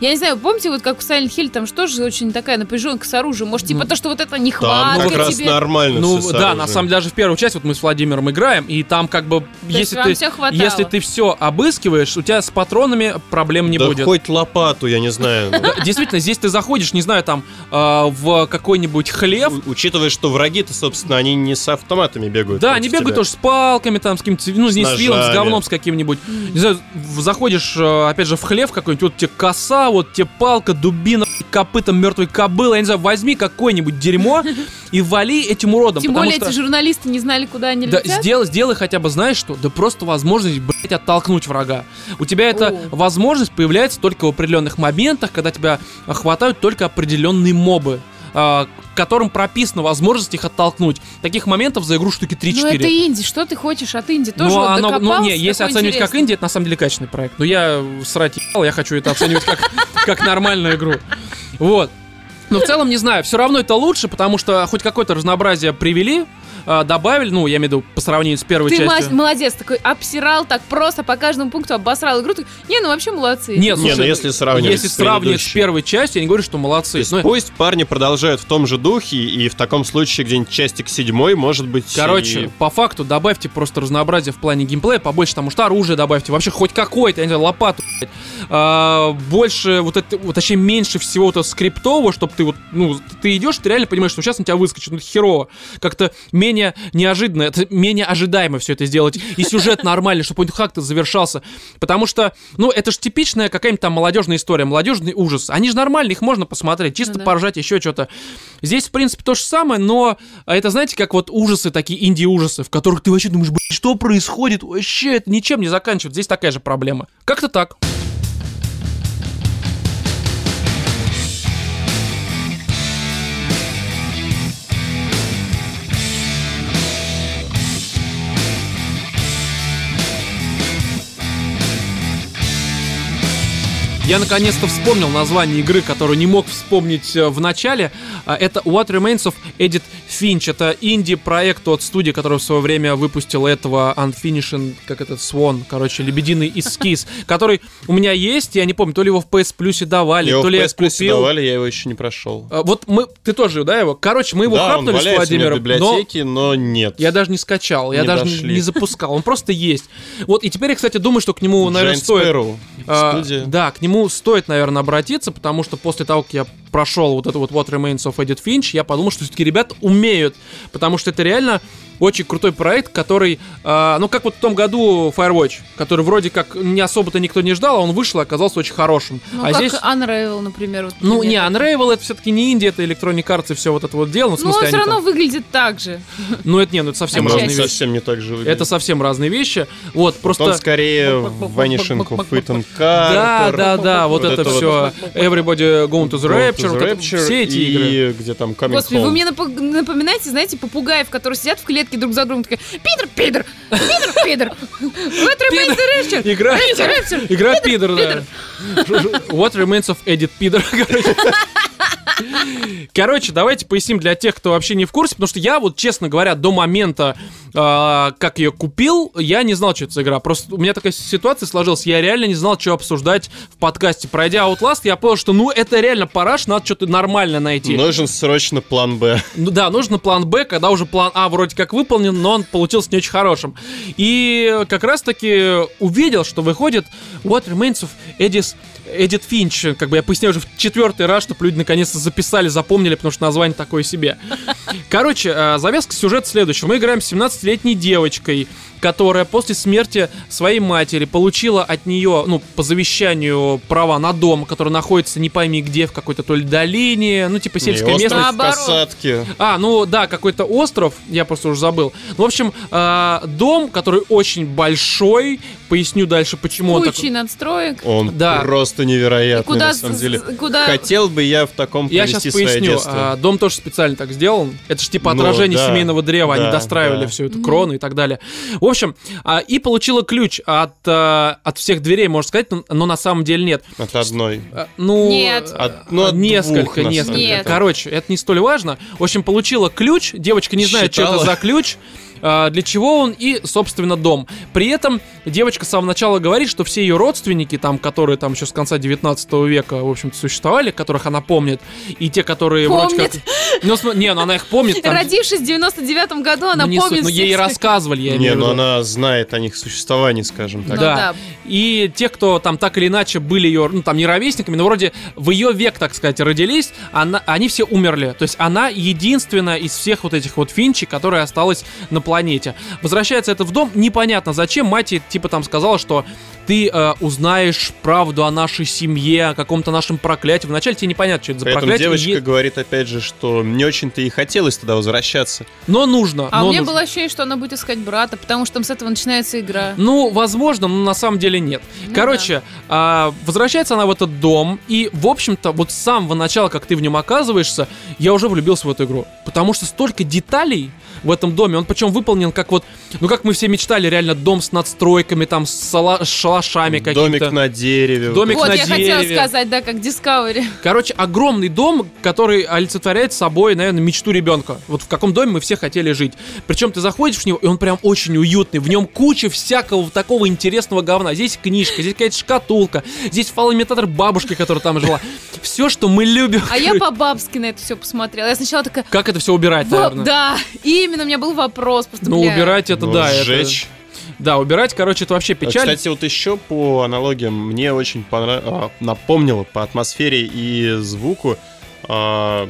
[SPEAKER 3] Я не знаю, помните, вот как в Silent Hill, там же тоже очень такая напряженка с оружием. Может, типа
[SPEAKER 1] Ну,
[SPEAKER 3] то, что вот это
[SPEAKER 2] Там
[SPEAKER 3] нехватка
[SPEAKER 2] как раз
[SPEAKER 3] тебе...
[SPEAKER 2] нормально
[SPEAKER 1] Ну
[SPEAKER 2] всё с
[SPEAKER 1] да,
[SPEAKER 2] оружием.
[SPEAKER 1] на самом деле даже в первую часть вот мы с Владимиром играем, и там как бы
[SPEAKER 3] То есть
[SPEAKER 1] если
[SPEAKER 3] вам
[SPEAKER 1] ты
[SPEAKER 3] всё хватало.
[SPEAKER 1] если ты все обыскиваешь, у тебя с патронами проблем не
[SPEAKER 2] да
[SPEAKER 1] будет.
[SPEAKER 2] хоть лопату, я не знаю.
[SPEAKER 1] Да, Действительно, здесь ты заходишь, не знаю, там э, в какой-нибудь хлев.
[SPEAKER 2] У- Учитывая, что враги-то, собственно, они не с автоматами бегают.
[SPEAKER 1] Да,
[SPEAKER 2] против
[SPEAKER 1] они бегают
[SPEAKER 2] тебя.
[SPEAKER 1] тоже с палками, там, с каким-то, ну, не с вилом, с
[SPEAKER 2] ножами.
[SPEAKER 1] говном, с каким-нибудь. Не знаю, в- заходишь, э, опять же, в хлев какой-нибудь, вот тебе коса, вот тебе палка, дубина, копытом мертвый кобыл, я не знаю, возьми какое-нибудь дерьмо и вали этим уродом.
[SPEAKER 3] Тем
[SPEAKER 1] ну, потому
[SPEAKER 3] более
[SPEAKER 1] что-
[SPEAKER 3] эти журналисты не знали, куда они
[SPEAKER 1] Да,
[SPEAKER 3] летят.
[SPEAKER 1] сделай, сделай хотя бы, знаешь что? Да просто возможность, блядь, оттолкнуть врага. У тебя эта
[SPEAKER 3] О.
[SPEAKER 1] возможность появляется только в определенных моментах, когда тебя а, хватают только определенные мобы а, к которым прописана возможность их оттолкнуть. Таких моментов за игру штуки 3-4.
[SPEAKER 3] Ну это Инди, что ты хочешь от Инди? Тоже
[SPEAKER 1] Ну,
[SPEAKER 3] вот
[SPEAKER 1] оно- ну,
[SPEAKER 3] докопался,
[SPEAKER 1] не, если
[SPEAKER 3] такой
[SPEAKER 1] оценивать как
[SPEAKER 3] интересный.
[SPEAKER 1] инди, это на самом деле качественный проект. Ну, Но я э, срать ебал, я хочу это оценивать как, как нормальную игру. Вот. Но в целом, не знаю, все равно это лучше, потому что хоть какое-то разнообразие привели, а, добавили, ну, я имею в виду по сравнению с первой
[SPEAKER 3] Ты мас-
[SPEAKER 1] частью.
[SPEAKER 3] молодец, такой обсирал так просто по каждому пункту, обосрал игру. Ты- Не, ну вообще молодцы.
[SPEAKER 1] Нет,
[SPEAKER 2] Не,
[SPEAKER 1] слушай,
[SPEAKER 2] ну если сравнивать
[SPEAKER 1] если
[SPEAKER 2] с
[SPEAKER 1] сравнивать с
[SPEAKER 2] предыдущей.
[SPEAKER 1] первой частью, я не говорю, что
[SPEAKER 2] То
[SPEAKER 1] молодцы.
[SPEAKER 2] есть
[SPEAKER 1] Ну,
[SPEAKER 2] пусть парни продолжают в том же духе, и в таком случае где-нибудь частик седьмой, может быть...
[SPEAKER 1] Короче,
[SPEAKER 2] и-
[SPEAKER 1] по факту добавьте просто разнообразие в плане геймплея, побольше там, что оружие добавьте, вообще хоть какое-то, я не знаю, лопату, блядь. А, больше, вот это, вот, точнее, меньше всего вот этого скриптового, чтобы ты вот, ну, ты идешь, ты реально понимаешь, что сейчас на тебя выскочит, ну, это херово. Как-то менее неожиданно, это менее ожидаемо все это сделать. И сюжет нормальный, чтобы он как-то завершался. Потому что, ну, это же типичная какая-нибудь там молодежная история, молодежный ужас. Они же нормальные, их можно посмотреть, чисто
[SPEAKER 3] Ну да.
[SPEAKER 1] поржать, еще что-то. Здесь, в принципе, то же самое, но а это, знаете, как вот ужасы, такие инди-ужасы, в которых ты вообще думаешь, блин, что происходит? Вообще, это ничем не заканчивает. Здесь такая же проблема. Как-то так. Я наконец-то вспомнил название игры, которую не мог вспомнить э, в начале. А, Это What Remains of Edith Finch. Это инди-проект от студии, которая в свое время выпустила этого Unfinished, как этот Swan, короче, лебединый эскиз, который у меня есть, я не помню, то ли его в PS Plus давали,
[SPEAKER 2] Я его
[SPEAKER 1] то
[SPEAKER 2] в
[SPEAKER 1] ли я
[SPEAKER 2] PS Plus
[SPEAKER 1] купил.
[SPEAKER 2] давали, я его еще не прошел.
[SPEAKER 1] А, Вот мы, ты тоже, да, его? Короче, мы его
[SPEAKER 2] да, он
[SPEAKER 1] хапнули с
[SPEAKER 2] валяется у меня в
[SPEAKER 1] Владимиром, но
[SPEAKER 2] библиотеке, но... нет.
[SPEAKER 1] я даже не скачал, я
[SPEAKER 2] Не
[SPEAKER 1] даже
[SPEAKER 2] дошли.
[SPEAKER 1] не запускал, он просто есть. Вот, и теперь я, кстати, думаю, что к нему, наверное,
[SPEAKER 2] Giant
[SPEAKER 1] стоит
[SPEAKER 2] Sparrow,
[SPEAKER 1] а,
[SPEAKER 2] студия.
[SPEAKER 1] да, к нему стоит, наверное, обратиться, потому что после того, как я прошел вот это вот What Remains of Edith Finch, я подумал, что все-таки ребята умеют, потому что это реально очень крутой проект, который, а, ну, как вот в том году Firewatch, который вроде как не особо-то никто не ждал, а он вышел и оказался очень хорошим.
[SPEAKER 3] Ну,
[SPEAKER 1] а
[SPEAKER 3] как
[SPEAKER 1] здесь...
[SPEAKER 3] Unravel, например. вот
[SPEAKER 1] Ну, не,
[SPEAKER 3] пример.
[SPEAKER 1] Unravel это все-таки не Индия, это Electronic Arts и все вот это вот дело. Ну, в
[SPEAKER 3] Ну,
[SPEAKER 1] смысле,
[SPEAKER 3] он
[SPEAKER 1] они
[SPEAKER 3] все равно
[SPEAKER 1] там-
[SPEAKER 3] выглядит так же.
[SPEAKER 1] Ну, это не, ну, это совсем
[SPEAKER 2] Но он
[SPEAKER 1] разные
[SPEAKER 3] часть.
[SPEAKER 1] вещи.
[SPEAKER 2] совсем не так же выглядит.
[SPEAKER 1] Это совсем разные вещи. Вот, просто...
[SPEAKER 2] Он скорее Vanishing of Ethan Carter.
[SPEAKER 1] Да, да, да, вот, это,
[SPEAKER 2] вот
[SPEAKER 1] все. Everybody Going to the
[SPEAKER 2] Go to
[SPEAKER 1] Rapture,
[SPEAKER 2] the
[SPEAKER 1] вот это-
[SPEAKER 2] Rapture
[SPEAKER 1] все эти
[SPEAKER 2] и
[SPEAKER 1] игры.
[SPEAKER 2] где там Coming
[SPEAKER 3] Господи,
[SPEAKER 2] Home.
[SPEAKER 3] вы мне напо- напоминаете, знаете, попугаев, которые сидят в клетке друг за другом, такие, Питер, Питер, Питер, Питер, What remains the Rapture?
[SPEAKER 1] Игра,
[SPEAKER 3] Rapture, Rapture,
[SPEAKER 1] игра Пидор, да. What Remains of Edit Пидор, короче. Короче, давайте поясним для тех, кто вообще не в курсе, потому что я вот, честно говоря, до момента, а, как ее купил, я не знал, что это за игра. Просто у меня такая ситуация сложилась, я реально не знал, что обсуждать в подкасте. Пройдя Outlast, я понял, что ну это реально параш, надо что-то нормально найти.
[SPEAKER 2] Нужен срочно план Б.
[SPEAKER 1] Ну да, нужно план Б, когда уже план А вроде как выполнен, но он получился не очень хорошим. И как раз таки увидел, что выходит What Remains of Edith, Edith Finch. Как бы я поясняю уже в четвертый раз, чтобы люди наконец-то записали, запомнили, потому что название такое себе. Короче, э, завязка сюжет следующая. Мы играем с 17-летней девочкой, которая после смерти своей матери получила от нее, ну, по завещанию права на дом, который находится не пойми где, в какой-то то ли долине, ну, типа сельская
[SPEAKER 2] Не, остров
[SPEAKER 1] местность.
[SPEAKER 3] Наоборот.
[SPEAKER 2] Касатки.
[SPEAKER 1] А, ну да, какой-то остров, я просто уже забыл. Ну, в общем, э, дом, который очень большой, поясню дальше, почему он такой.
[SPEAKER 3] Кучей надстроек.
[SPEAKER 2] Он
[SPEAKER 1] Да.
[SPEAKER 2] просто
[SPEAKER 3] И
[SPEAKER 2] невероятный,
[SPEAKER 3] куда,
[SPEAKER 2] на самом
[SPEAKER 3] с-
[SPEAKER 2] деле.
[SPEAKER 3] с- куда...
[SPEAKER 2] Хотел бы я в таком
[SPEAKER 1] А, Я сейчас
[SPEAKER 2] провести свое
[SPEAKER 1] поясню.
[SPEAKER 2] детство.
[SPEAKER 1] А, дом тоже специально так сделан. Это же типа
[SPEAKER 2] Ну,
[SPEAKER 1] отражение
[SPEAKER 2] да,
[SPEAKER 1] семейного древа. Они
[SPEAKER 2] да,
[SPEAKER 1] достраивали
[SPEAKER 2] да.
[SPEAKER 1] всю эту крону и так далее. В общем, а, и получила ключ от, а, от всех дверей, можно сказать, но, но на самом деле нет.
[SPEAKER 2] От одной.
[SPEAKER 1] А, Ну,
[SPEAKER 3] Нет.
[SPEAKER 2] От- ну, от двух,
[SPEAKER 1] несколько,
[SPEAKER 2] на самом
[SPEAKER 1] несколько.
[SPEAKER 3] деле.
[SPEAKER 1] Короче, это не столь важно. В общем, получила ключ. Девочка не знает, что это
[SPEAKER 2] Считала.
[SPEAKER 1] за ключ. а, Для чего он и, собственно, дом. При этом девочка с самого начала говорит, что все ее родственники, там, которые там еще с конца 19 века, в общем-то, существовали, которых она помнит, и те, которые вроде как-
[SPEAKER 3] Помнит.
[SPEAKER 1] Ну, см- не, ну она их помнит. там-
[SPEAKER 3] Родившись в 99 году,
[SPEAKER 1] ну,
[SPEAKER 3] она
[SPEAKER 1] не суть,
[SPEAKER 3] помнит
[SPEAKER 1] ну,
[SPEAKER 3] всех
[SPEAKER 1] ей
[SPEAKER 3] своих-
[SPEAKER 1] рассказывали, я
[SPEAKER 2] Не,
[SPEAKER 1] имею в
[SPEAKER 2] ну
[SPEAKER 1] виду.
[SPEAKER 2] она знает о них существовании, скажем
[SPEAKER 3] Ну
[SPEAKER 2] так.
[SPEAKER 1] Да.
[SPEAKER 3] да.
[SPEAKER 1] И те, кто там так или иначе были ее, ну там не ровесниками, но вроде в ее век, так сказать, родились, она, они все умерли. То есть она единственная из всех вот этих вот финчи, которая осталась на планете. Возвращается это в дом, непонятно зачем. Мать ей, типа там сказала, что ты э, узнаешь правду о нашей семье, о каком-то нашем проклятии. Вначале тебе непонятно, что это за
[SPEAKER 2] При этом
[SPEAKER 1] проклятие,
[SPEAKER 2] девочка
[SPEAKER 1] е-
[SPEAKER 2] говорит опять же, что не очень-то и хотелось туда возвращаться.
[SPEAKER 1] но нужно.
[SPEAKER 3] А
[SPEAKER 1] но ну,
[SPEAKER 3] у меня
[SPEAKER 1] нужно.
[SPEAKER 3] было ощущение, что она будет искать брата, потому что там с этого начинается игра.
[SPEAKER 1] Ну, возможно, но на самом деле нет.
[SPEAKER 3] Ну
[SPEAKER 1] Короче, а, возвращается она в этот дом, и, в общем-то, вот с самого начала, как ты в нем оказываешься, я уже влюбился в эту игру. Потому что столько деталей в этом доме, он причем выполнен как вот, ну как мы все мечтали, реально дом с надстройками, там с сала- с шалашами
[SPEAKER 2] Домик
[SPEAKER 1] какими-то.
[SPEAKER 2] на дереве.
[SPEAKER 1] Домик
[SPEAKER 3] вот,
[SPEAKER 1] на
[SPEAKER 3] я хотела
[SPEAKER 1] дереве.
[SPEAKER 3] сказать, да, как Discovery.
[SPEAKER 1] Короче, огромный дом, который олицетворяет собой, наверное, мечту ребенка. Вот в каком доме мы все хотели жить. Причем ты заходишь в него, и он прям очень уютный. В нем куча всякого такого интересного говна. Здесь книжка, здесь какая-то шкатулка, здесь фалоимитатор бабушки, которая там жила. Все, что мы любим.
[SPEAKER 3] А я по-бабски на это все посмотрела. Я сначала такая,
[SPEAKER 1] Как это все убирать,
[SPEAKER 3] «Во-
[SPEAKER 1] наверное?
[SPEAKER 3] да, именно, у меня был вопрос. Просто,
[SPEAKER 1] Ну,
[SPEAKER 3] бля,
[SPEAKER 1] убирать это,
[SPEAKER 2] Ну,
[SPEAKER 1] да. это-
[SPEAKER 2] сжечь.
[SPEAKER 1] да, убирать, короче, это вообще
[SPEAKER 2] А,
[SPEAKER 1] печаль.
[SPEAKER 2] Кстати, вот еще по аналогиям мне очень понра- а, напомнило по атмосфере и звуку, а,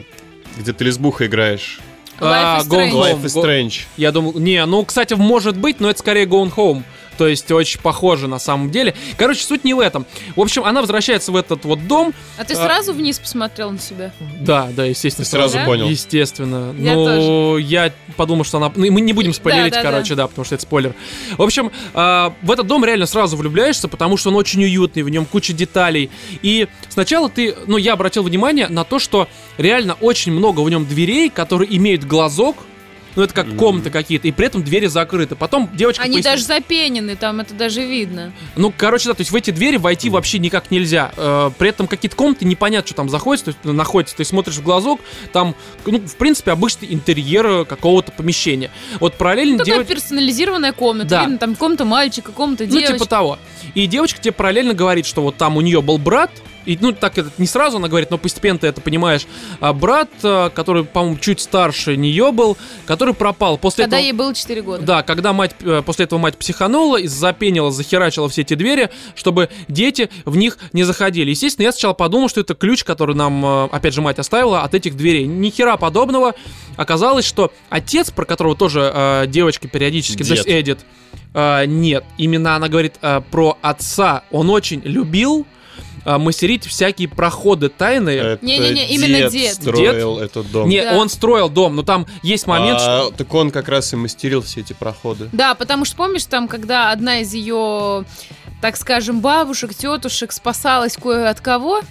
[SPEAKER 2] где ты лесбуха играешь.
[SPEAKER 1] А,
[SPEAKER 3] Life is Strange.
[SPEAKER 1] Gone
[SPEAKER 2] Life
[SPEAKER 1] Home,
[SPEAKER 2] is
[SPEAKER 1] Go-
[SPEAKER 2] Strange.
[SPEAKER 1] Я думал, не, ну, кстати, может быть, но это скорее Gone Home. То есть очень похоже на самом деле. Короче, суть не в этом. В общем, она возвращается в этот вот дом.
[SPEAKER 3] А ты
[SPEAKER 1] А.
[SPEAKER 3] сразу вниз посмотрел на себя?
[SPEAKER 1] Да, да, естественно.
[SPEAKER 2] Ты сразу
[SPEAKER 3] Да?
[SPEAKER 2] понял.
[SPEAKER 1] Естественно.
[SPEAKER 3] Я
[SPEAKER 1] Но я подумал, что она... ну, Мы не будем спойлерить,
[SPEAKER 3] Да, да,
[SPEAKER 1] короче, да. потому что это спойлер. В общем, а, в этот дом реально сразу влюбляешься, потому что он очень уютный, в нем куча деталей. И сначала ты... Ну, я обратил внимание на то, что реально очень много в нем дверей, которые имеют глазок. Ну, это как
[SPEAKER 2] Мгм.
[SPEAKER 1] комнаты какие-то, и при этом двери закрыты. Потом девочка
[SPEAKER 3] Они
[SPEAKER 1] поясни-
[SPEAKER 3] даже запенены, там это даже видно.
[SPEAKER 1] Ну, короче, да, то есть в эти двери войти вообще никак нельзя. Э, при этом какие-то комнаты непонятно, что там заходится, то есть ну, находится. Ты смотришь в глазок, там, ну, в принципе, обычный интерьер э, какого-то помещения. Вот параллельно
[SPEAKER 3] Ну, Такая
[SPEAKER 1] девочка...
[SPEAKER 3] персонализированная комната.
[SPEAKER 1] Да.
[SPEAKER 3] Видно, там комната мальчика, комната
[SPEAKER 1] Ну,
[SPEAKER 3] девочки.
[SPEAKER 1] типа того. И девочка тебе параллельно говорит, что вот там у нее был брат, и, ну, так это не сразу она говорит, но постепенно ты это понимаешь. А брат, э, который, по-моему, чуть старше нее был, который пропал. После
[SPEAKER 3] Когда
[SPEAKER 1] этого...
[SPEAKER 3] ей было 4 года.
[SPEAKER 1] Да, когда мать, э, после этого мать психанула и запенила, захерачила все эти двери, чтобы дети в них не заходили. Естественно, я сначала подумал, что это ключ, который нам, э, опять же, мать оставила от этих дверей. Ни хера подобного. Оказалось, что отец, про которого тоже э, девочка периодически, то
[SPEAKER 2] Дед.
[SPEAKER 1] есть Эдит, э, нет, именно она говорит э, про отца. Он очень любил э, мастерить всякие проходы тайные.
[SPEAKER 2] Это
[SPEAKER 3] Не-не-не, именно дед.
[SPEAKER 2] строил этот Э, дом.
[SPEAKER 1] Не,
[SPEAKER 3] Да.
[SPEAKER 1] он строил дом, но там есть момент, что...
[SPEAKER 2] А, Так он как раз и мастерил все эти проходы.
[SPEAKER 3] Да, потому что помнишь, там, когда одна из ее, так скажем, бабушек, тетушек спасалась кое от кого,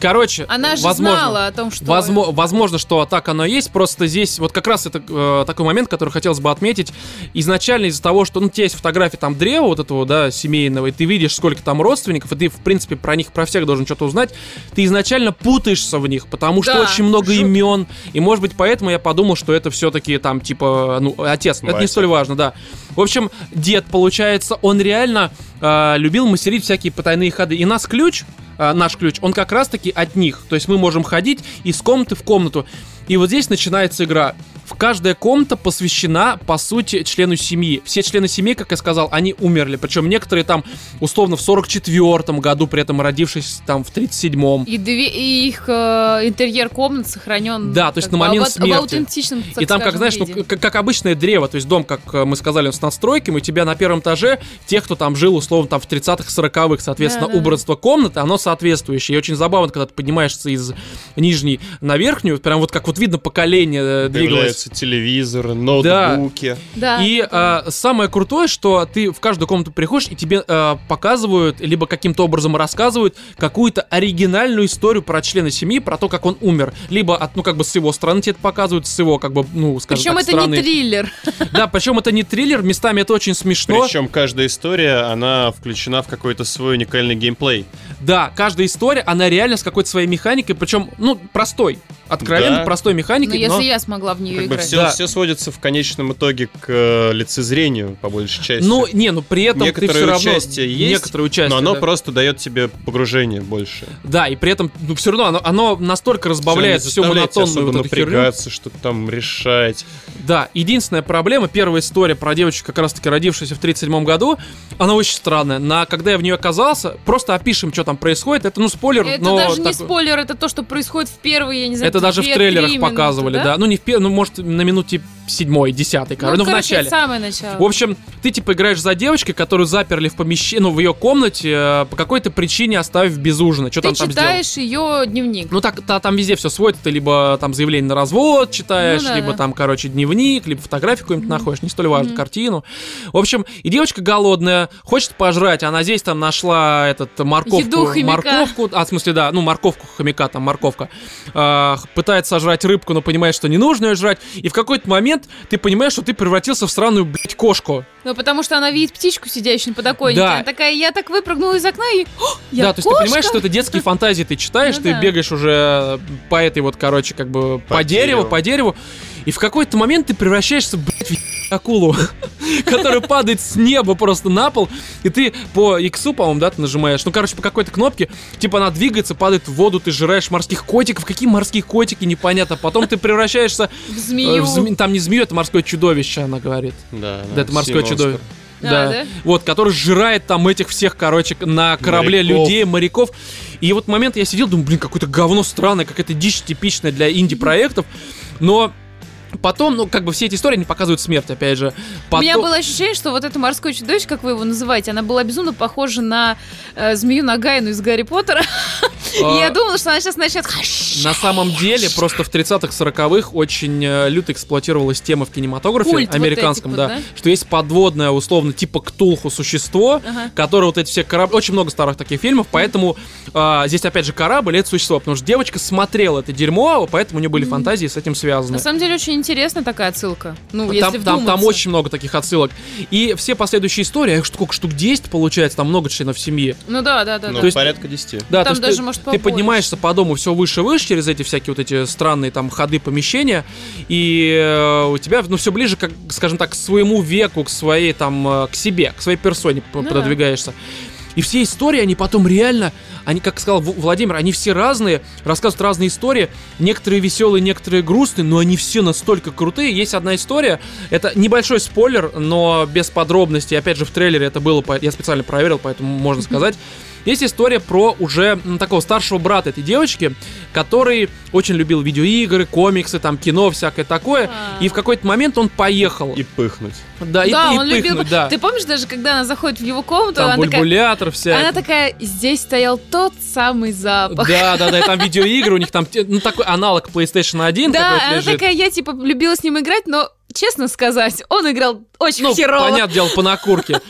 [SPEAKER 1] Короче,
[SPEAKER 3] она же
[SPEAKER 1] возможно.
[SPEAKER 3] знала о том, что...
[SPEAKER 1] Возмо- возможно, что так оно и есть, просто здесь вот как раз это э, такой момент, который хотелось бы отметить. Изначально из-за того, что ну, у тебя есть фотографии там древа вот этого, да, семейного, и ты видишь, сколько там родственников, и ты, в принципе, про них, про всех должен что-то узнать, ты изначально путаешься в них, потому что
[SPEAKER 3] Да,
[SPEAKER 1] очень много
[SPEAKER 3] жутко.
[SPEAKER 1] имен, и, может быть, поэтому я подумал, что это все-таки там, типа, ну, отец, это не
[SPEAKER 2] Батя.
[SPEAKER 1] столь важно, да. В общем, дед, получается, он реально э, любил мастерить всякие потайные ходы. И нас ключ, э, наш ключ, он как раз-таки от них. То есть мы можем ходить из комнаты в комнату. И вот здесь начинается игра. В каждая комната посвящена, по сути, члену семьи. Все члены семьи, как я сказал, они умерли. Причем некоторые там, условно, в 44-м году, при этом родившись там в 37-м.
[SPEAKER 3] И, две- и их э, интерьер комнат сохранен.
[SPEAKER 1] Да, то есть на момент смерти.
[SPEAKER 3] В аутентичном, так
[SPEAKER 1] и там, как
[SPEAKER 3] скажем,
[SPEAKER 1] знаешь, ну,
[SPEAKER 3] виде.
[SPEAKER 1] как, как обычное древо, то есть дом, как э, мы сказали, он с надстройками, у тебя на первом этаже тех, кто там жил, условно, там в 30-х, 40-х, соответственно,
[SPEAKER 3] Да-да-да.
[SPEAKER 1] убранство комнаты, оно соответствующее. И очень забавно, когда ты поднимаешься из нижней на верхнюю, прям вот как вот видно поколение э, двигалось.
[SPEAKER 2] Появляются телевизоры, ноутбуки.
[SPEAKER 3] Да,
[SPEAKER 1] И э, самое крутое, что ты в каждую комнату приходишь, и тебе э, показывают, либо каким-то образом рассказывают какую-то оригинальную историю про члена семьи, про то, как он умер. Либо, от, ну, как бы с его стороны тебе это показывают, с его, как бы, ну, скажем
[SPEAKER 3] Причем
[SPEAKER 1] так,
[SPEAKER 3] это
[SPEAKER 1] стороны.
[SPEAKER 3] не триллер.
[SPEAKER 1] Да, причем это не триллер, местами это очень смешно.
[SPEAKER 2] Причем каждая история, она включена в какой-то свой уникальный геймплей.
[SPEAKER 1] Да, каждая история, она реально с какой-то своей механикой, причем, ну, простой. Откровенно
[SPEAKER 2] Да.
[SPEAKER 1] простой
[SPEAKER 3] Но
[SPEAKER 1] механикой, но...
[SPEAKER 3] если я смогла в нее
[SPEAKER 2] Как бы
[SPEAKER 3] играть.
[SPEAKER 2] все,
[SPEAKER 1] Да.
[SPEAKER 2] все сводится в конечном итоге к э, лицезрению, по большей части.
[SPEAKER 1] Ну, не, ну при этом ты
[SPEAKER 2] Некоторое
[SPEAKER 1] все равно...
[SPEAKER 2] участие есть,
[SPEAKER 1] Некоторое участие,
[SPEAKER 2] Но оно
[SPEAKER 1] да.
[SPEAKER 2] просто дает тебе погружение больше.
[SPEAKER 1] Да, и при этом, ну, все равно оно, оно настолько разбавляет всю
[SPEAKER 2] все
[SPEAKER 1] монотонную вот эту херню.
[SPEAKER 2] напрягаться, что-то там решать.
[SPEAKER 1] Да, единственная проблема, первая история про девочку, как раз-таки родившуюся в 37 году, она очень странная. На, когда я в нее оказался, просто опишем, что там происходит. Это, ну, спойлер,
[SPEAKER 3] Это
[SPEAKER 1] но...
[SPEAKER 3] даже не
[SPEAKER 1] такой-
[SPEAKER 3] спойлер, это то, что происходит в первые, я не знаю,
[SPEAKER 1] Это даже в
[SPEAKER 3] две-три
[SPEAKER 1] трейлерах
[SPEAKER 3] минуты,
[SPEAKER 1] показывали, да? Ну, не в первом, ну, может, на минуте седьмой, десятой,
[SPEAKER 3] Ну,
[SPEAKER 1] короче, ну, в
[SPEAKER 3] короче, это
[SPEAKER 1] начале.
[SPEAKER 3] самое начало.
[SPEAKER 1] В общем, ты типа играешь за девочкой, которую заперли в помещении, ну, в ее комнате, э, по какой-то причине оставив без ужина. Что
[SPEAKER 3] ты
[SPEAKER 1] там там сделал?
[SPEAKER 3] читаешь ее дневник.
[SPEAKER 1] Ну так та- там везде все сводится, ты либо там заявление на развод читаешь,
[SPEAKER 3] Ну да,
[SPEAKER 1] либо
[SPEAKER 3] да.
[SPEAKER 1] там, короче, дневник, либо фотографию какую-нибудь находишь, не столь важно,
[SPEAKER 3] Мгм.
[SPEAKER 1] картину. В общем, и девочка голодная, хочет пожрать, она здесь там нашла этот морковку,
[SPEAKER 3] Еду хомяка.
[SPEAKER 1] морковку, а в смысле, да, ну морковку хомяка, там морковка, А, пытается сожрать рыбку, но понимает, что не нужно ее жрать, и в какой-то момент момент ты понимаешь, что ты превратился в сраную, блядь, кошку.
[SPEAKER 3] Ну, потому что она видит птичку, сидящую на подоконнике.
[SPEAKER 1] Да.
[SPEAKER 3] Она такая, я так выпрыгнула из окна и... «О, я
[SPEAKER 1] да, то есть
[SPEAKER 3] кошка!»
[SPEAKER 1] ты понимаешь, что это детские фантазии ты читаешь,
[SPEAKER 3] Ну
[SPEAKER 1] ты
[SPEAKER 3] да.
[SPEAKER 1] бегаешь уже э, по этой вот, короче, как бы по,
[SPEAKER 2] По
[SPEAKER 1] дереву,
[SPEAKER 2] дереву.
[SPEAKER 1] по дереву, и в какой-то момент ты превращаешься, блядь, в ебаную акулу, которая падает с неба просто на пол, и ты по иксу, по-моему, да, ты нажимаешь, ну, короче, по какой-то кнопке, типа она двигается, падает в воду, ты жираешь морских котиков, какие морские котики, непонятно, потом ты превращаешься
[SPEAKER 3] В
[SPEAKER 1] э,
[SPEAKER 3] змею.
[SPEAKER 1] в зме- там не змею, это морское чудовище, она говорит.
[SPEAKER 2] Да, Ну,
[SPEAKER 1] Да, это морское
[SPEAKER 2] Sea Monster.
[SPEAKER 1] чудовище.
[SPEAKER 3] А, да?
[SPEAKER 1] Вот, который жирает там этих всех, короче, на корабле
[SPEAKER 2] Моряков.
[SPEAKER 1] людей, моряков. И вот момент я сидел, думаю, блин, какое-то говно странное, какая-то дичь типичная для инди-проектов. Но потом, ну, как бы все эти истории, они показывают смерть, опять же.
[SPEAKER 3] У меня
[SPEAKER 1] Потом-
[SPEAKER 3] было ощущение, что вот это морское чудовище, как вы его называете, она была безумно похожа на э, змею Нагайну из Гарри Поттера. И
[SPEAKER 1] А,
[SPEAKER 3] я думала, что она сейчас начнет...
[SPEAKER 1] На самом деле, просто в 30-х, 40-х очень э, люто эксплуатировалась тема в кинематографе
[SPEAKER 3] Культ вот
[SPEAKER 1] американском,
[SPEAKER 3] этих
[SPEAKER 1] да,
[SPEAKER 3] вот, да?
[SPEAKER 1] что есть подводное, условно, типа Ктулху существо,
[SPEAKER 3] Ага.
[SPEAKER 1] которые вот эти все корабли... Очень много старых таких фильмов, поэтому а, здесь опять же корабль, и это существо, потому что девочка смотрела это дерьмо, поэтому у нее были фантазии с этим связаны.
[SPEAKER 3] На самом деле очень интересная такая отсылка.
[SPEAKER 1] Ну.
[SPEAKER 3] Ну,
[SPEAKER 1] Там,
[SPEAKER 3] если
[SPEAKER 1] там, там
[SPEAKER 3] вдуматься.
[SPEAKER 1] очень много таких отсылок. И все последующие истории, а их сколько штук 10 получается, там много членов семьи.
[SPEAKER 3] Ну да, да, да.
[SPEAKER 2] Ну,
[SPEAKER 1] То есть-
[SPEAKER 2] порядка 10.
[SPEAKER 1] Да,
[SPEAKER 3] Там
[SPEAKER 1] то есть
[SPEAKER 3] даже,
[SPEAKER 1] ты,
[SPEAKER 3] может,
[SPEAKER 1] ты
[SPEAKER 3] побольше.
[SPEAKER 1] поднимаешься по дому все выше и выше через эти всякие вот эти странные там ходы помещения, и э, у тебя, ну, все ближе, как, скажем так, к своему веку, к своей там, э, к себе, к своей персоне п-
[SPEAKER 3] Ну да.
[SPEAKER 1] продвигаешься. И все истории, они потом реально, они, как сказал В- Владимир, они все разные, рассказывают разные истории, некоторые веселые, некоторые грустные, но они все настолько крутые. Есть одна история, это небольшой спойлер, но без подробностей, опять же, в трейлере это было, по- я специально проверил, поэтому можно сказать. Есть история про уже м, такого старшего брата этой девочки, который очень любил видеоигры, комиксы, там кино, всякое такое.
[SPEAKER 3] А.
[SPEAKER 1] И в какой-то момент он поехал.
[SPEAKER 2] И пыхнуть.
[SPEAKER 1] да, и,
[SPEAKER 3] Да,
[SPEAKER 1] и
[SPEAKER 3] он
[SPEAKER 1] пыхнуть,
[SPEAKER 3] любил...
[SPEAKER 1] да.
[SPEAKER 3] Ты помнишь даже, когда она заходит в его комнату,
[SPEAKER 1] там
[SPEAKER 3] она такая...
[SPEAKER 1] бульбулятор вся.
[SPEAKER 3] Она такая, здесь стоял тот самый запах.
[SPEAKER 1] Да, да, да, и там видеоигры, у них там, те- ну, такой аналог PlayStation 1 такой вот
[SPEAKER 3] Да, она
[SPEAKER 1] лежит.
[SPEAKER 3] такая, я типа любила с ним играть, но, честно сказать, он играл очень
[SPEAKER 1] Ну,
[SPEAKER 3] херово.
[SPEAKER 1] понятное дело, по накурке.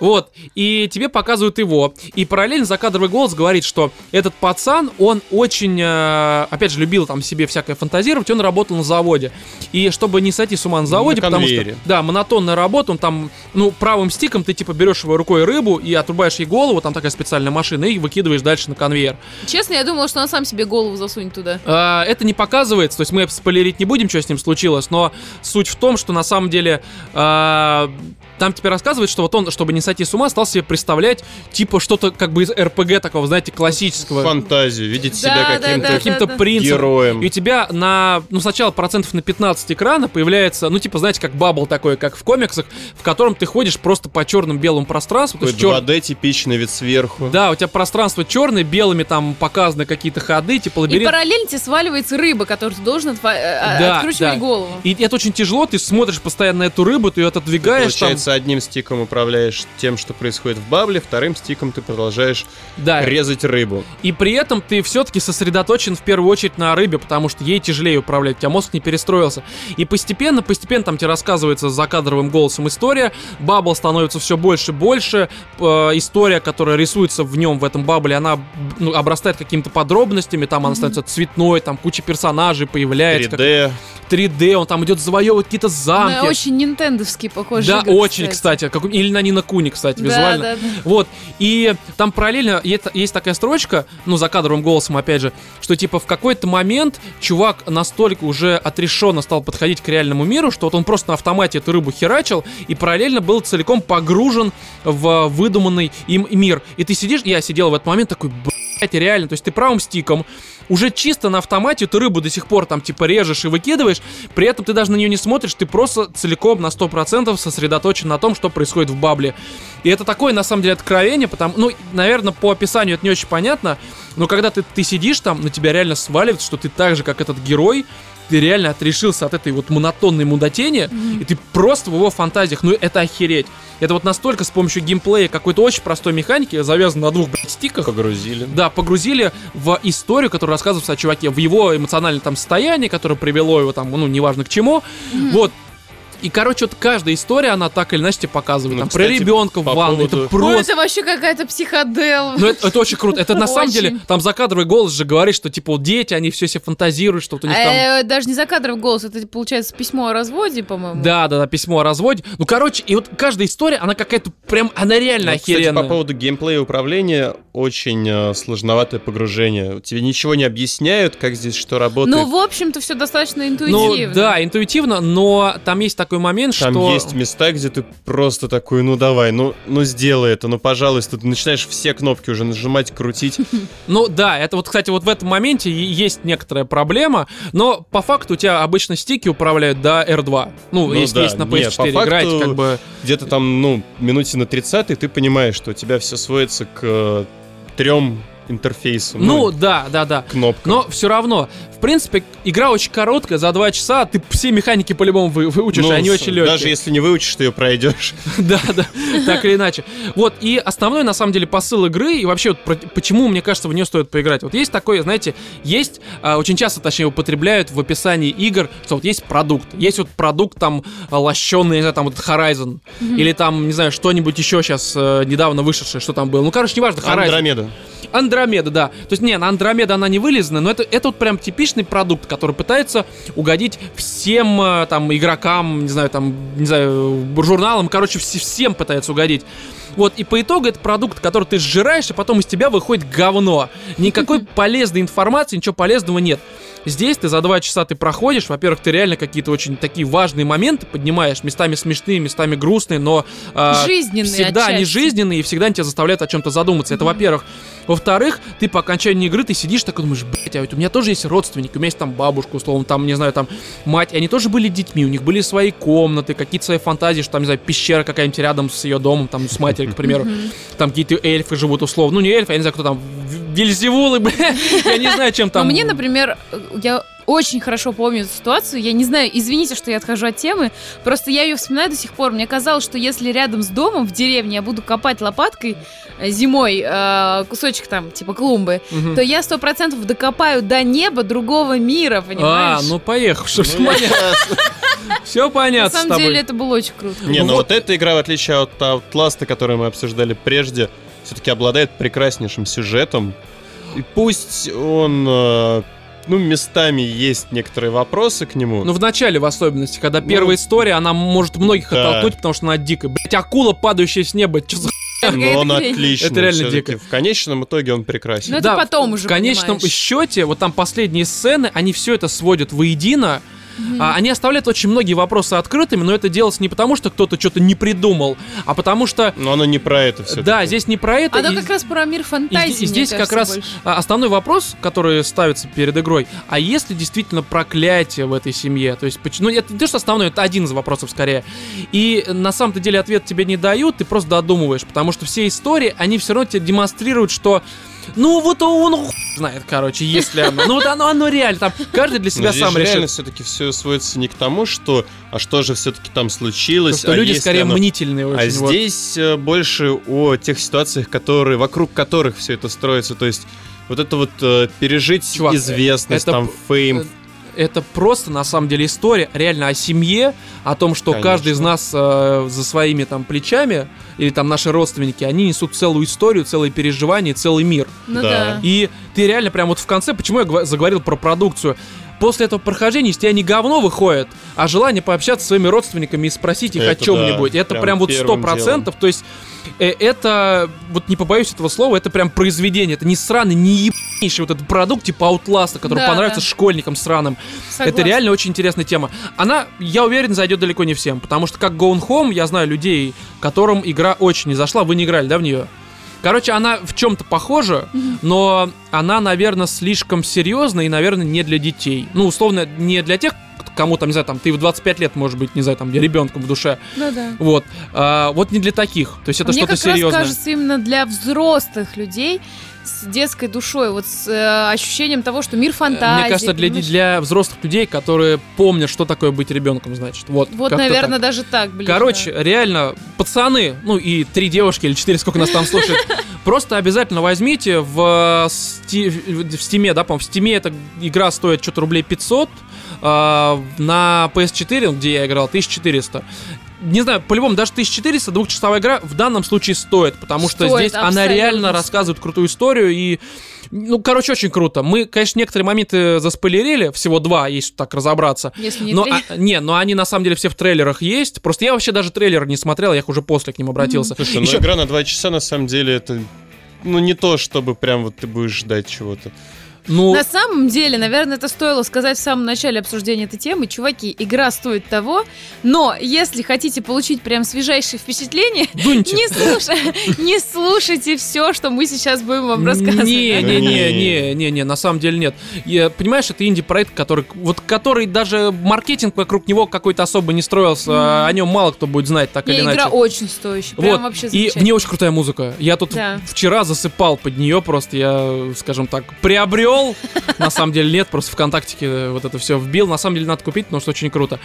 [SPEAKER 1] Вот, и тебе показывают его. И параллельно закадровый голос говорит, что этот пацан, он очень, э, опять же, любил там себе всякое фантазировать, он работал на заводе. И чтобы не сойти с ума на заводе, потому что,
[SPEAKER 2] конвейере.
[SPEAKER 1] да, монотонная работа, он там, ну, правым стиком ты типа берешь его рукой рыбу и отрубаешь ей голову, там такая специальная машина, и выкидываешь дальше на конвейер.
[SPEAKER 3] Честно, я думала, что он сам себе голову засунет туда.
[SPEAKER 1] А, Это не показывается, то есть мы спойлерить не будем, что с ним случилось, но суть в том, что на самом деле а, там теперь рассказывают, что вот он, чтобы не сойти с ума, стал себе представлять типа что-то как бы из РПГ такого, знаете, классического.
[SPEAKER 2] Фантазию, видеть себя
[SPEAKER 3] Да, да,
[SPEAKER 2] каким-то
[SPEAKER 3] да,
[SPEAKER 1] Каким-то принцем.
[SPEAKER 2] героем.
[SPEAKER 1] И у тебя на, ну, сначала процентов на 15 экрана появляется, ну, типа, знаете, как бабл такой, как в комиксах, в котором ты ходишь просто по черным-белому пространству. то
[SPEAKER 2] Такой
[SPEAKER 1] есть чер-
[SPEAKER 2] 2D типичный вид сверху.
[SPEAKER 1] Да, у тебя пространство черное, белыми там показаны какие-то ходы, типа
[SPEAKER 3] И
[SPEAKER 1] лабиринт.
[SPEAKER 3] параллельно тебе сваливается рыба, которую ты должен отва- э,
[SPEAKER 1] Да,
[SPEAKER 3] откручивать
[SPEAKER 1] да.
[SPEAKER 3] голову.
[SPEAKER 1] И это очень тяжело, ты смотришь постоянно на эту рыбу, ты ее отодвигаешь там.
[SPEAKER 2] Получается, одним стиком управляешь тем, что происходит в бабле, вторым стиком ты продолжаешь
[SPEAKER 1] Да.
[SPEAKER 2] резать рыбу.
[SPEAKER 1] И при этом ты все-таки сосредоточен в первую очередь на рыбе, потому что ей тяжелее управлять, у тебя мозг не перестроился. И постепенно, постепенно там тебе рассказывается за кадровым голосом история, бабл становится все больше и больше, э, история, которая рисуется в нем, в этом бабле, она ну, обрастает какими-то подробностями, там она становится цветной, там куча персонажей появляется, 3D,
[SPEAKER 2] 3D.
[SPEAKER 1] 3D он там идет завоевывать какие-то замки.
[SPEAKER 3] Она очень нинтендовский похож.
[SPEAKER 1] да, очень, кстати, как, у- или на Нина Куни, кстати, визуально.
[SPEAKER 3] Да, да, да.
[SPEAKER 1] Вот, и там параллельно е- есть такая строчка, ну, за кадровым голосом, опять же, что, типа, в какой-то момент чувак настолько уже отрешенно стал подходить к реальному миру, что вот он просто на автомате эту рыбу херачил и параллельно был целиком погружен в выдуманный им мир. И ты сидишь, я сидел в этот момент такой, блядь, реально, то есть ты правым стиком уже чисто на автомате ты рыбу до сих пор там типа режешь и выкидываешь, при этом ты даже на нее не смотришь, ты просто целиком на 100% сосредоточен на том, что происходит в бабле. И это такое, на самом деле, откровение, потому, ну, наверное, по описанию это не очень понятно, но когда ты, ты сидишь там, на тебя реально сваливает, что ты так же, как этот герой, ты реально отрешился от этой вот монотонной мудотени, и ты просто в его фантазиях, ну, это охереть. Это вот настолько с помощью геймплея какой-то очень простой механики, завязан на двух, блядь, стиках,
[SPEAKER 2] Погрузили.
[SPEAKER 1] да, погрузили в историю, которая рассказывается о чуваке, в его эмоциональном там состоянии, которое привело его там, ну, неважно к чему. Вот. И, короче, вот каждая история, она так или иначе тебе показывает.
[SPEAKER 2] Ну,
[SPEAKER 1] Там,
[SPEAKER 2] кстати,
[SPEAKER 1] про ребенка в
[SPEAKER 2] по
[SPEAKER 1] ванной. Это
[SPEAKER 2] поводу-
[SPEAKER 3] Ой,
[SPEAKER 1] просто
[SPEAKER 3] это вообще какая-то психодел.
[SPEAKER 1] Ну, это, это очень круто. Это на самом
[SPEAKER 3] Очень.
[SPEAKER 1] деле, там закадровый голос же говорит, что типа вот дети, они все себе фантазируют, что вот у них там.
[SPEAKER 3] Э, Даже не за кадром голос, это типа, получается письмо о разводе, по-моему.
[SPEAKER 1] Да, да, да, письмо о разводе. Ну, короче, и вот каждая история, она какая-то прям, она реально
[SPEAKER 2] Вот, Ну, кстати,
[SPEAKER 1] охеренная.
[SPEAKER 2] по поводу геймплея и управления очень э, сложноватое погружение. Тебе ничего не объясняют, как здесь что работает.
[SPEAKER 3] Ну, в общем-то, все достаточно
[SPEAKER 1] ну,
[SPEAKER 3] интуитивно.
[SPEAKER 1] да, интуитивно, но там есть такой момент,
[SPEAKER 2] Там
[SPEAKER 1] что...
[SPEAKER 2] есть места, где ты просто такой, ну давай, ну, ну сделай это, ну пожалуйста. Ты начинаешь все кнопки уже нажимать, крутить.
[SPEAKER 1] Ну, да, это вот, кстати, вот в этом моменте и есть некоторая проблема, но по факту у тебя обычно стики управляют до R2. Ну,
[SPEAKER 2] Ну
[SPEAKER 1] если
[SPEAKER 2] да,
[SPEAKER 1] есть на
[SPEAKER 2] не,
[SPEAKER 1] PS4
[SPEAKER 2] по факту-
[SPEAKER 1] играете, как бы...
[SPEAKER 2] Где-то там, ну, минуте на 30 ты понимаешь, что у тебя все сводится к э, трем интерфейсам.
[SPEAKER 1] Ну, да, да, да.
[SPEAKER 2] кнопкам.
[SPEAKER 1] Но все равно, в принципе, игра очень короткая, за два часа ты все механики по-любому вы- выучишь,
[SPEAKER 2] Ну,
[SPEAKER 1] и они
[SPEAKER 2] с-
[SPEAKER 1] очень легкие.
[SPEAKER 2] Даже если не выучишь, ты ее пройдешь.
[SPEAKER 1] Да, да, так или иначе. Вот, и основной, на самом деле, посыл игры, и вообще, вот, про- почему, мне кажется, в нее стоит поиграть. Вот есть такое, знаете, есть, а, очень часто, точнее, употребляют в описании игр, что вот есть продукт, есть вот продукт, там, а, лощеный, не знаю, там, вот Horizon, или там, не знаю, что-нибудь еще сейчас недавно вышедшее, что там было. Ну, короче, неважно, Horizon.
[SPEAKER 2] Андромеда.
[SPEAKER 1] Андромеда, да. То есть, не, на Андромеда она не вылезана, но это, это вот прям типичный продукт, который пытается угодить всем э, там игрокам, не знаю, там, не знаю, журналам, короче, вс- всем пытается угодить. Вот, и по итогу это продукт, который ты сжираешь, и потом из тебя выходит говно. Никакой полезной информации, ничего полезного нет. Здесь ты за два часа ты проходишь, во-первых, ты реально какие-то очень такие важные моменты поднимаешь, местами смешные, местами грустные, но... а,
[SPEAKER 3] Жизненные
[SPEAKER 1] всегда они
[SPEAKER 3] отчасти.
[SPEAKER 1] жизненные и всегда они тебя заставляют о чем-то задуматься. Это, во-первых. Во-вторых, ты по окончании игры ты сидишь такой думаешь, блять, а ведь у меня тоже есть родственники, у меня есть там бабушка, условно, там, не знаю, там мать, и они тоже были детьми, у них были свои комнаты, какие-то свои фантазии, что там, не знаю, пещера какая-нибудь рядом с ее домом, там, с матерью, к примеру, там какие-то эльфы живут, условно, ну, не эльфы, я не знаю, кто там, в- вельзевулы, бля, я не знаю, чем там.
[SPEAKER 3] Но мне, например, э, я очень хорошо помню эту ситуацию. Я не знаю, извините, что я отхожу от темы. Просто я ее вспоминаю до сих пор. Мне казалось, что если рядом с домом в деревне я буду копать лопаткой э, зимой э, кусочек там, типа клумбы,
[SPEAKER 1] Мгм.
[SPEAKER 3] то я сто процентов докопаю до неба другого мира, понимаешь?
[SPEAKER 1] А, ну, поехал,
[SPEAKER 2] Ну, ясно.
[SPEAKER 1] все
[SPEAKER 3] На
[SPEAKER 1] понятно с
[SPEAKER 3] самом деле
[SPEAKER 1] тобой.
[SPEAKER 3] это было очень круто.
[SPEAKER 2] Не,
[SPEAKER 1] Ну
[SPEAKER 2] ну
[SPEAKER 1] вот.
[SPEAKER 2] вот эта игра, в отличие от Outlast, который мы обсуждали прежде, все-таки обладает прекраснейшим сюжетом. И пусть он, э, ну, местами есть некоторые вопросы к нему.
[SPEAKER 1] Ну, в начале, в особенности, когда
[SPEAKER 2] Ну,
[SPEAKER 1] первая история, она может многих
[SPEAKER 2] да.
[SPEAKER 1] оттолкнуть, потому что она дикая. Блять, акула, падающая с неба,
[SPEAKER 3] Ну,
[SPEAKER 1] чё за
[SPEAKER 2] но
[SPEAKER 1] ну
[SPEAKER 3] какая-то
[SPEAKER 2] он
[SPEAKER 3] хрень.
[SPEAKER 2] отличный.
[SPEAKER 1] Это реально
[SPEAKER 2] всё-таки.
[SPEAKER 1] дико.
[SPEAKER 2] В конечном итоге он
[SPEAKER 3] Ну,
[SPEAKER 2] прекрасен.
[SPEAKER 3] это потом
[SPEAKER 1] в-
[SPEAKER 3] уже
[SPEAKER 1] В конечном
[SPEAKER 3] понимаешь.
[SPEAKER 1] счете, вот там последние сцены, они все это сводят воедино. А, они оставляют очень многие вопросы открытыми, но это делается не потому, что кто-то что-то не придумал, а потому что.
[SPEAKER 2] Но оно не про это все.
[SPEAKER 1] Да, здесь не про это.
[SPEAKER 3] Оно
[SPEAKER 1] и-
[SPEAKER 3] А, ну, как раз про мир
[SPEAKER 1] и
[SPEAKER 3] фантазии.
[SPEAKER 1] здесь- и
[SPEAKER 3] мне
[SPEAKER 1] здесь как
[SPEAKER 3] кажется,
[SPEAKER 1] раз
[SPEAKER 3] больше.
[SPEAKER 1] а, основной вопрос, который ставится перед игрой, а есть ли действительно проклятие в этой семье? То есть, поч- ну, это не то, что основной, это один из вопросов скорее. И э, на самом-то деле ответ тебе не дают, ты просто додумываешь, потому что все истории, они все равно тебе демонстрируют, что ну вот он хуй знает, короче, если оно. Ну вот оно, оно реально, там каждый для себя сам
[SPEAKER 2] Ну, реально
[SPEAKER 1] решит.
[SPEAKER 2] все-таки все сводится не к тому, что, а что же все-таки там случилось.
[SPEAKER 1] Потому что
[SPEAKER 2] а
[SPEAKER 1] люди
[SPEAKER 2] если
[SPEAKER 1] скорее
[SPEAKER 2] оно
[SPEAKER 1] мнительные очень.
[SPEAKER 2] А
[SPEAKER 1] вот.
[SPEAKER 2] здесь э, больше о тех ситуациях, которые вокруг которых все это строится. То есть вот это вот э, пережить
[SPEAKER 1] Чувак,
[SPEAKER 2] известность,
[SPEAKER 1] это
[SPEAKER 2] там
[SPEAKER 1] п- э,
[SPEAKER 2] фейм.
[SPEAKER 1] это просто на самом деле история реально о семье, о том, что
[SPEAKER 2] Конечно.
[SPEAKER 1] каждый из нас э, за своими там плечами или там наши родственники, они несут целую историю, целые переживания, целый мир.
[SPEAKER 3] Ну
[SPEAKER 2] Да.
[SPEAKER 3] да.
[SPEAKER 1] И ты реально прям вот в конце, почему я гва- заговорил про продукцию? После этого прохождения из тебя не говно выходит, а желание пообщаться с своими родственниками и спросить их о
[SPEAKER 2] Это да,
[SPEAKER 1] чем-нибудь. это
[SPEAKER 2] прям
[SPEAKER 1] прям вот сто
[SPEAKER 2] первым
[SPEAKER 1] процентов. То есть э, это, вот не побоюсь этого слова, это прям произведение. Это не сраный, не ебанейший вот этот продукт типа Outlast, который
[SPEAKER 3] Да,
[SPEAKER 1] понравится
[SPEAKER 3] да.
[SPEAKER 1] школьникам сраным.
[SPEAKER 3] Согласна.
[SPEAKER 1] Это реально очень интересная тема. Она, я уверен, зайдет далеко не всем, потому что как Gone Home я знаю людей, которым игра очень не зашла. Вы не играли, да, в нее? Короче, она в чем-то похожа, но она, наверное, слишком серьезная и, наверное, не для детей. Ну, условно, не для тех, кому там, не знаю, там, ты в 25 лет, может быть, не знаю, там, ребенком в душе.
[SPEAKER 3] Ну да.
[SPEAKER 1] Вот. А, вот не для таких. То есть это
[SPEAKER 3] А Мне
[SPEAKER 1] что-то
[SPEAKER 3] как
[SPEAKER 1] серьезное.
[SPEAKER 3] раз кажется, именно для взрослых людей с детской душой, вот с э, ощущением того, что мир фантазии.
[SPEAKER 1] Э, Мне кажется, для,
[SPEAKER 3] понимаешь?
[SPEAKER 1] для взрослых людей, которые помнят, что такое быть ребенком, значит. Вот,
[SPEAKER 3] Вот,
[SPEAKER 1] как-то так.
[SPEAKER 3] наверное, даже так, блин.
[SPEAKER 1] Короче, реально, пацаны, ну и три девушки или четыре, сколько нас там слушает, просто обязательно возьмите в, э, сти- в стиме, да, по-моему, в стиме эта игра стоит что-то рублей 500, а, на PS4, где я играл, 1400. Не знаю, по-любому даже 1400 двухчасовая игра в данном случае стоит, потому что
[SPEAKER 3] Стоит,
[SPEAKER 1] здесь она
[SPEAKER 3] абсолютно
[SPEAKER 1] реально
[SPEAKER 3] стоит.
[SPEAKER 1] рассказывает крутую историю и ну, короче, очень круто. Мы, конечно, некоторые моменты заспойлерили, всего два, если так разобраться.
[SPEAKER 3] Если не
[SPEAKER 1] Но,
[SPEAKER 3] три.
[SPEAKER 1] а- не, но они на самом деле все в трейлерах есть. Просто я вообще даже трейлер не смотрел, я их уже после к ним обратился.
[SPEAKER 2] Слушай, ну
[SPEAKER 1] Еще-
[SPEAKER 2] игра на 2 часа на самом деле это ну не то, чтобы прям вот ты будешь ждать чего-то.
[SPEAKER 1] ну,
[SPEAKER 3] На самом деле, наверное, это стоило сказать в самом начале обсуждения этой темы. Чуваки, игра стоит того, но если хотите получить прям свежайшие впечатления,
[SPEAKER 1] дуньте.
[SPEAKER 3] не, слуш- не слушайте все, что мы сейчас будем вам рассказывать.
[SPEAKER 1] Не,
[SPEAKER 2] да?
[SPEAKER 1] не, не,
[SPEAKER 2] Не.
[SPEAKER 1] не, не, не, на самом деле нет. Я, понимаешь, это инди-проект, который, вот который даже маркетинг вокруг него какой-то особо не строился, а о нем мало кто будет знать, так
[SPEAKER 3] Не,
[SPEAKER 1] или иначе.
[SPEAKER 3] игра очень стоящая, прям
[SPEAKER 1] Вот, И
[SPEAKER 3] вообще
[SPEAKER 1] в
[SPEAKER 3] замечательная.
[SPEAKER 1] ней очень крутая музыка. Я тут
[SPEAKER 3] Да.
[SPEAKER 1] вчера засыпал под нее, просто я, скажем так, приобрел. На самом деле нет, просто ВКонтактике вот это все вбил. На самом деле надо купить, потому что очень круто.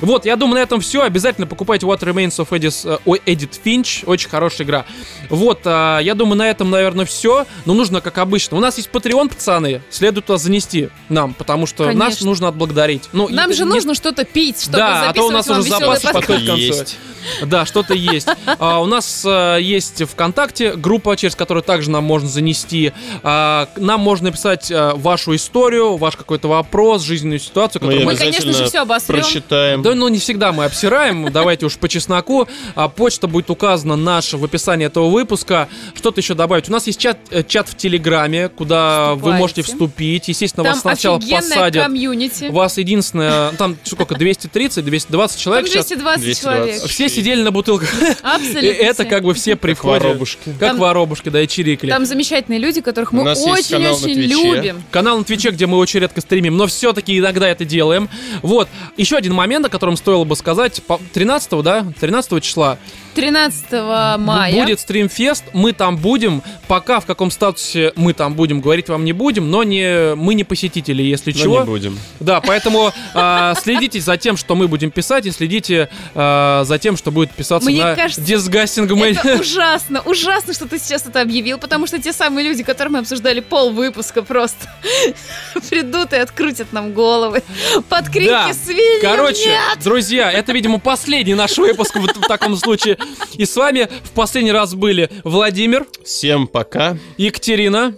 [SPEAKER 1] Вот, я думаю, на этом все. Обязательно покупайте What Remains of Edith, э, ой, Edith Finch. Очень хорошая игра. Вот, а, я думаю, на этом, наверное, все. Но нужно, как обычно. У нас есть Patreon, пацаны. Следует туда занести нам, потому что нас
[SPEAKER 3] Конечно.
[SPEAKER 1] нужно отблагодарить. Ну,
[SPEAKER 3] Нам
[SPEAKER 1] и-
[SPEAKER 3] же
[SPEAKER 1] не-
[SPEAKER 3] нужно что-то пить, чтобы
[SPEAKER 1] Да, а то у
[SPEAKER 3] записывать
[SPEAKER 1] нас
[SPEAKER 3] вам
[SPEAKER 1] уже
[SPEAKER 3] веселый
[SPEAKER 1] запасы
[SPEAKER 3] подкаст.
[SPEAKER 1] Подходит к концу.
[SPEAKER 2] Есть.
[SPEAKER 1] Да, что-то есть. А, у нас а, есть ВКонтакте группа, через которую также нам можно занести. А, к- нам можно написать а, вашу историю, ваш какой-то вопрос, жизненную ситуацию,
[SPEAKER 2] Мы,
[SPEAKER 1] которую Ну, мы...
[SPEAKER 3] конечно же,
[SPEAKER 2] обязательно
[SPEAKER 3] всё обосрём.
[SPEAKER 2] просчитаем.
[SPEAKER 1] Да, ну не всегда мы обсираем, давайте уж по чесноку. А, почта будет указана наша в описании этого выпуска. Что-то еще добавить. У нас есть чат, э, чат в Телеграме, куда вы
[SPEAKER 3] Вступайте.
[SPEAKER 1] можете вступить. Естественно,
[SPEAKER 3] Там
[SPEAKER 1] вас сначала
[SPEAKER 3] офигенная
[SPEAKER 1] посадят.
[SPEAKER 3] комьюнити.
[SPEAKER 1] Вас единственное, там сколько, 230, 220
[SPEAKER 3] Там
[SPEAKER 1] человек сейчас.
[SPEAKER 3] 220
[SPEAKER 2] 220.
[SPEAKER 3] человек.
[SPEAKER 1] Все сидели на бутылках.
[SPEAKER 3] Абсолютно.
[SPEAKER 1] И это
[SPEAKER 3] все.
[SPEAKER 1] как бы все при
[SPEAKER 2] Как
[SPEAKER 1] входе.
[SPEAKER 2] воробушки.
[SPEAKER 1] Как
[SPEAKER 3] Там-
[SPEAKER 1] воробушки, да, и чирикли.
[SPEAKER 3] Там замечательные люди, которых
[SPEAKER 2] У
[SPEAKER 3] мы
[SPEAKER 2] нас есть канал на
[SPEAKER 3] очень-очень
[SPEAKER 2] Твиче.
[SPEAKER 3] любим.
[SPEAKER 1] Канал на Твиче, где мы очень редко стримим, но все-таки иногда это делаем. Вот. Еще один момент, о котором стоило бы сказать. По- 13 да? 13 числа
[SPEAKER 3] 13
[SPEAKER 1] бу-
[SPEAKER 3] мая.
[SPEAKER 1] будет стримфест. Мы там будем. Пока в каком статусе мы там будем, говорить вам не будем, но не, мы не посетители, если
[SPEAKER 2] Но
[SPEAKER 1] чего.
[SPEAKER 2] не будем.
[SPEAKER 1] Да, поэтому а, следите за тем, что мы будем писать, и следите а, за тем, что будет писаться
[SPEAKER 3] Мне
[SPEAKER 1] на
[SPEAKER 3] кажется,
[SPEAKER 1] Disgusting Mail.
[SPEAKER 3] Это ужасно, ужасно, что ты сейчас это объявил, потому что те самые люди, которые мы обсуждали пол выпуска просто, придут и открутят нам головы под крики
[SPEAKER 1] Да.
[SPEAKER 3] свиньи.
[SPEAKER 1] Короче,
[SPEAKER 3] нет!»
[SPEAKER 1] друзья, это, видимо, последний наш выпуск вот в таком случае. И с вами в последний раз были Владимир,
[SPEAKER 2] Всем пока.
[SPEAKER 1] Екатерина.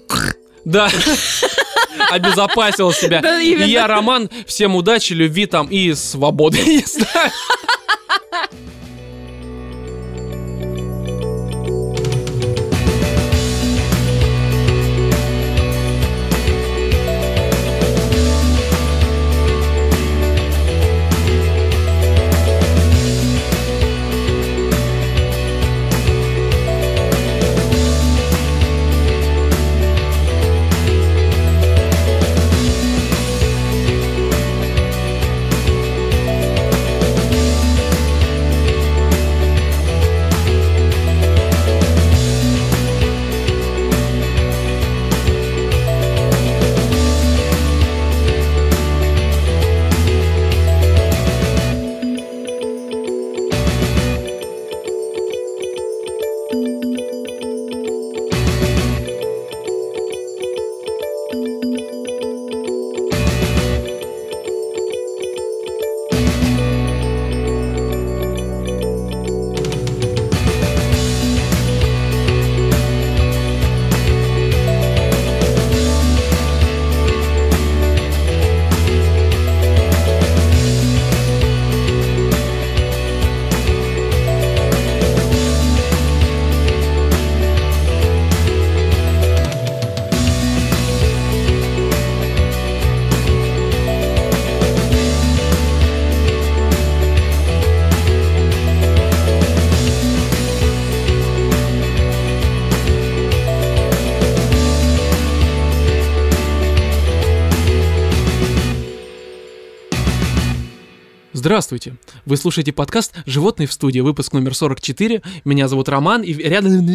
[SPEAKER 1] Да. Обезопасила себя.
[SPEAKER 3] Да,
[SPEAKER 1] и
[SPEAKER 3] именно.
[SPEAKER 1] я, Роман. Всем удачи, любви там и свободы. Не знаю. Здравствуйте. Вы слушаете подкаст «Животные в студии», выпуск номер 44. Меня зовут Роман, и рядом...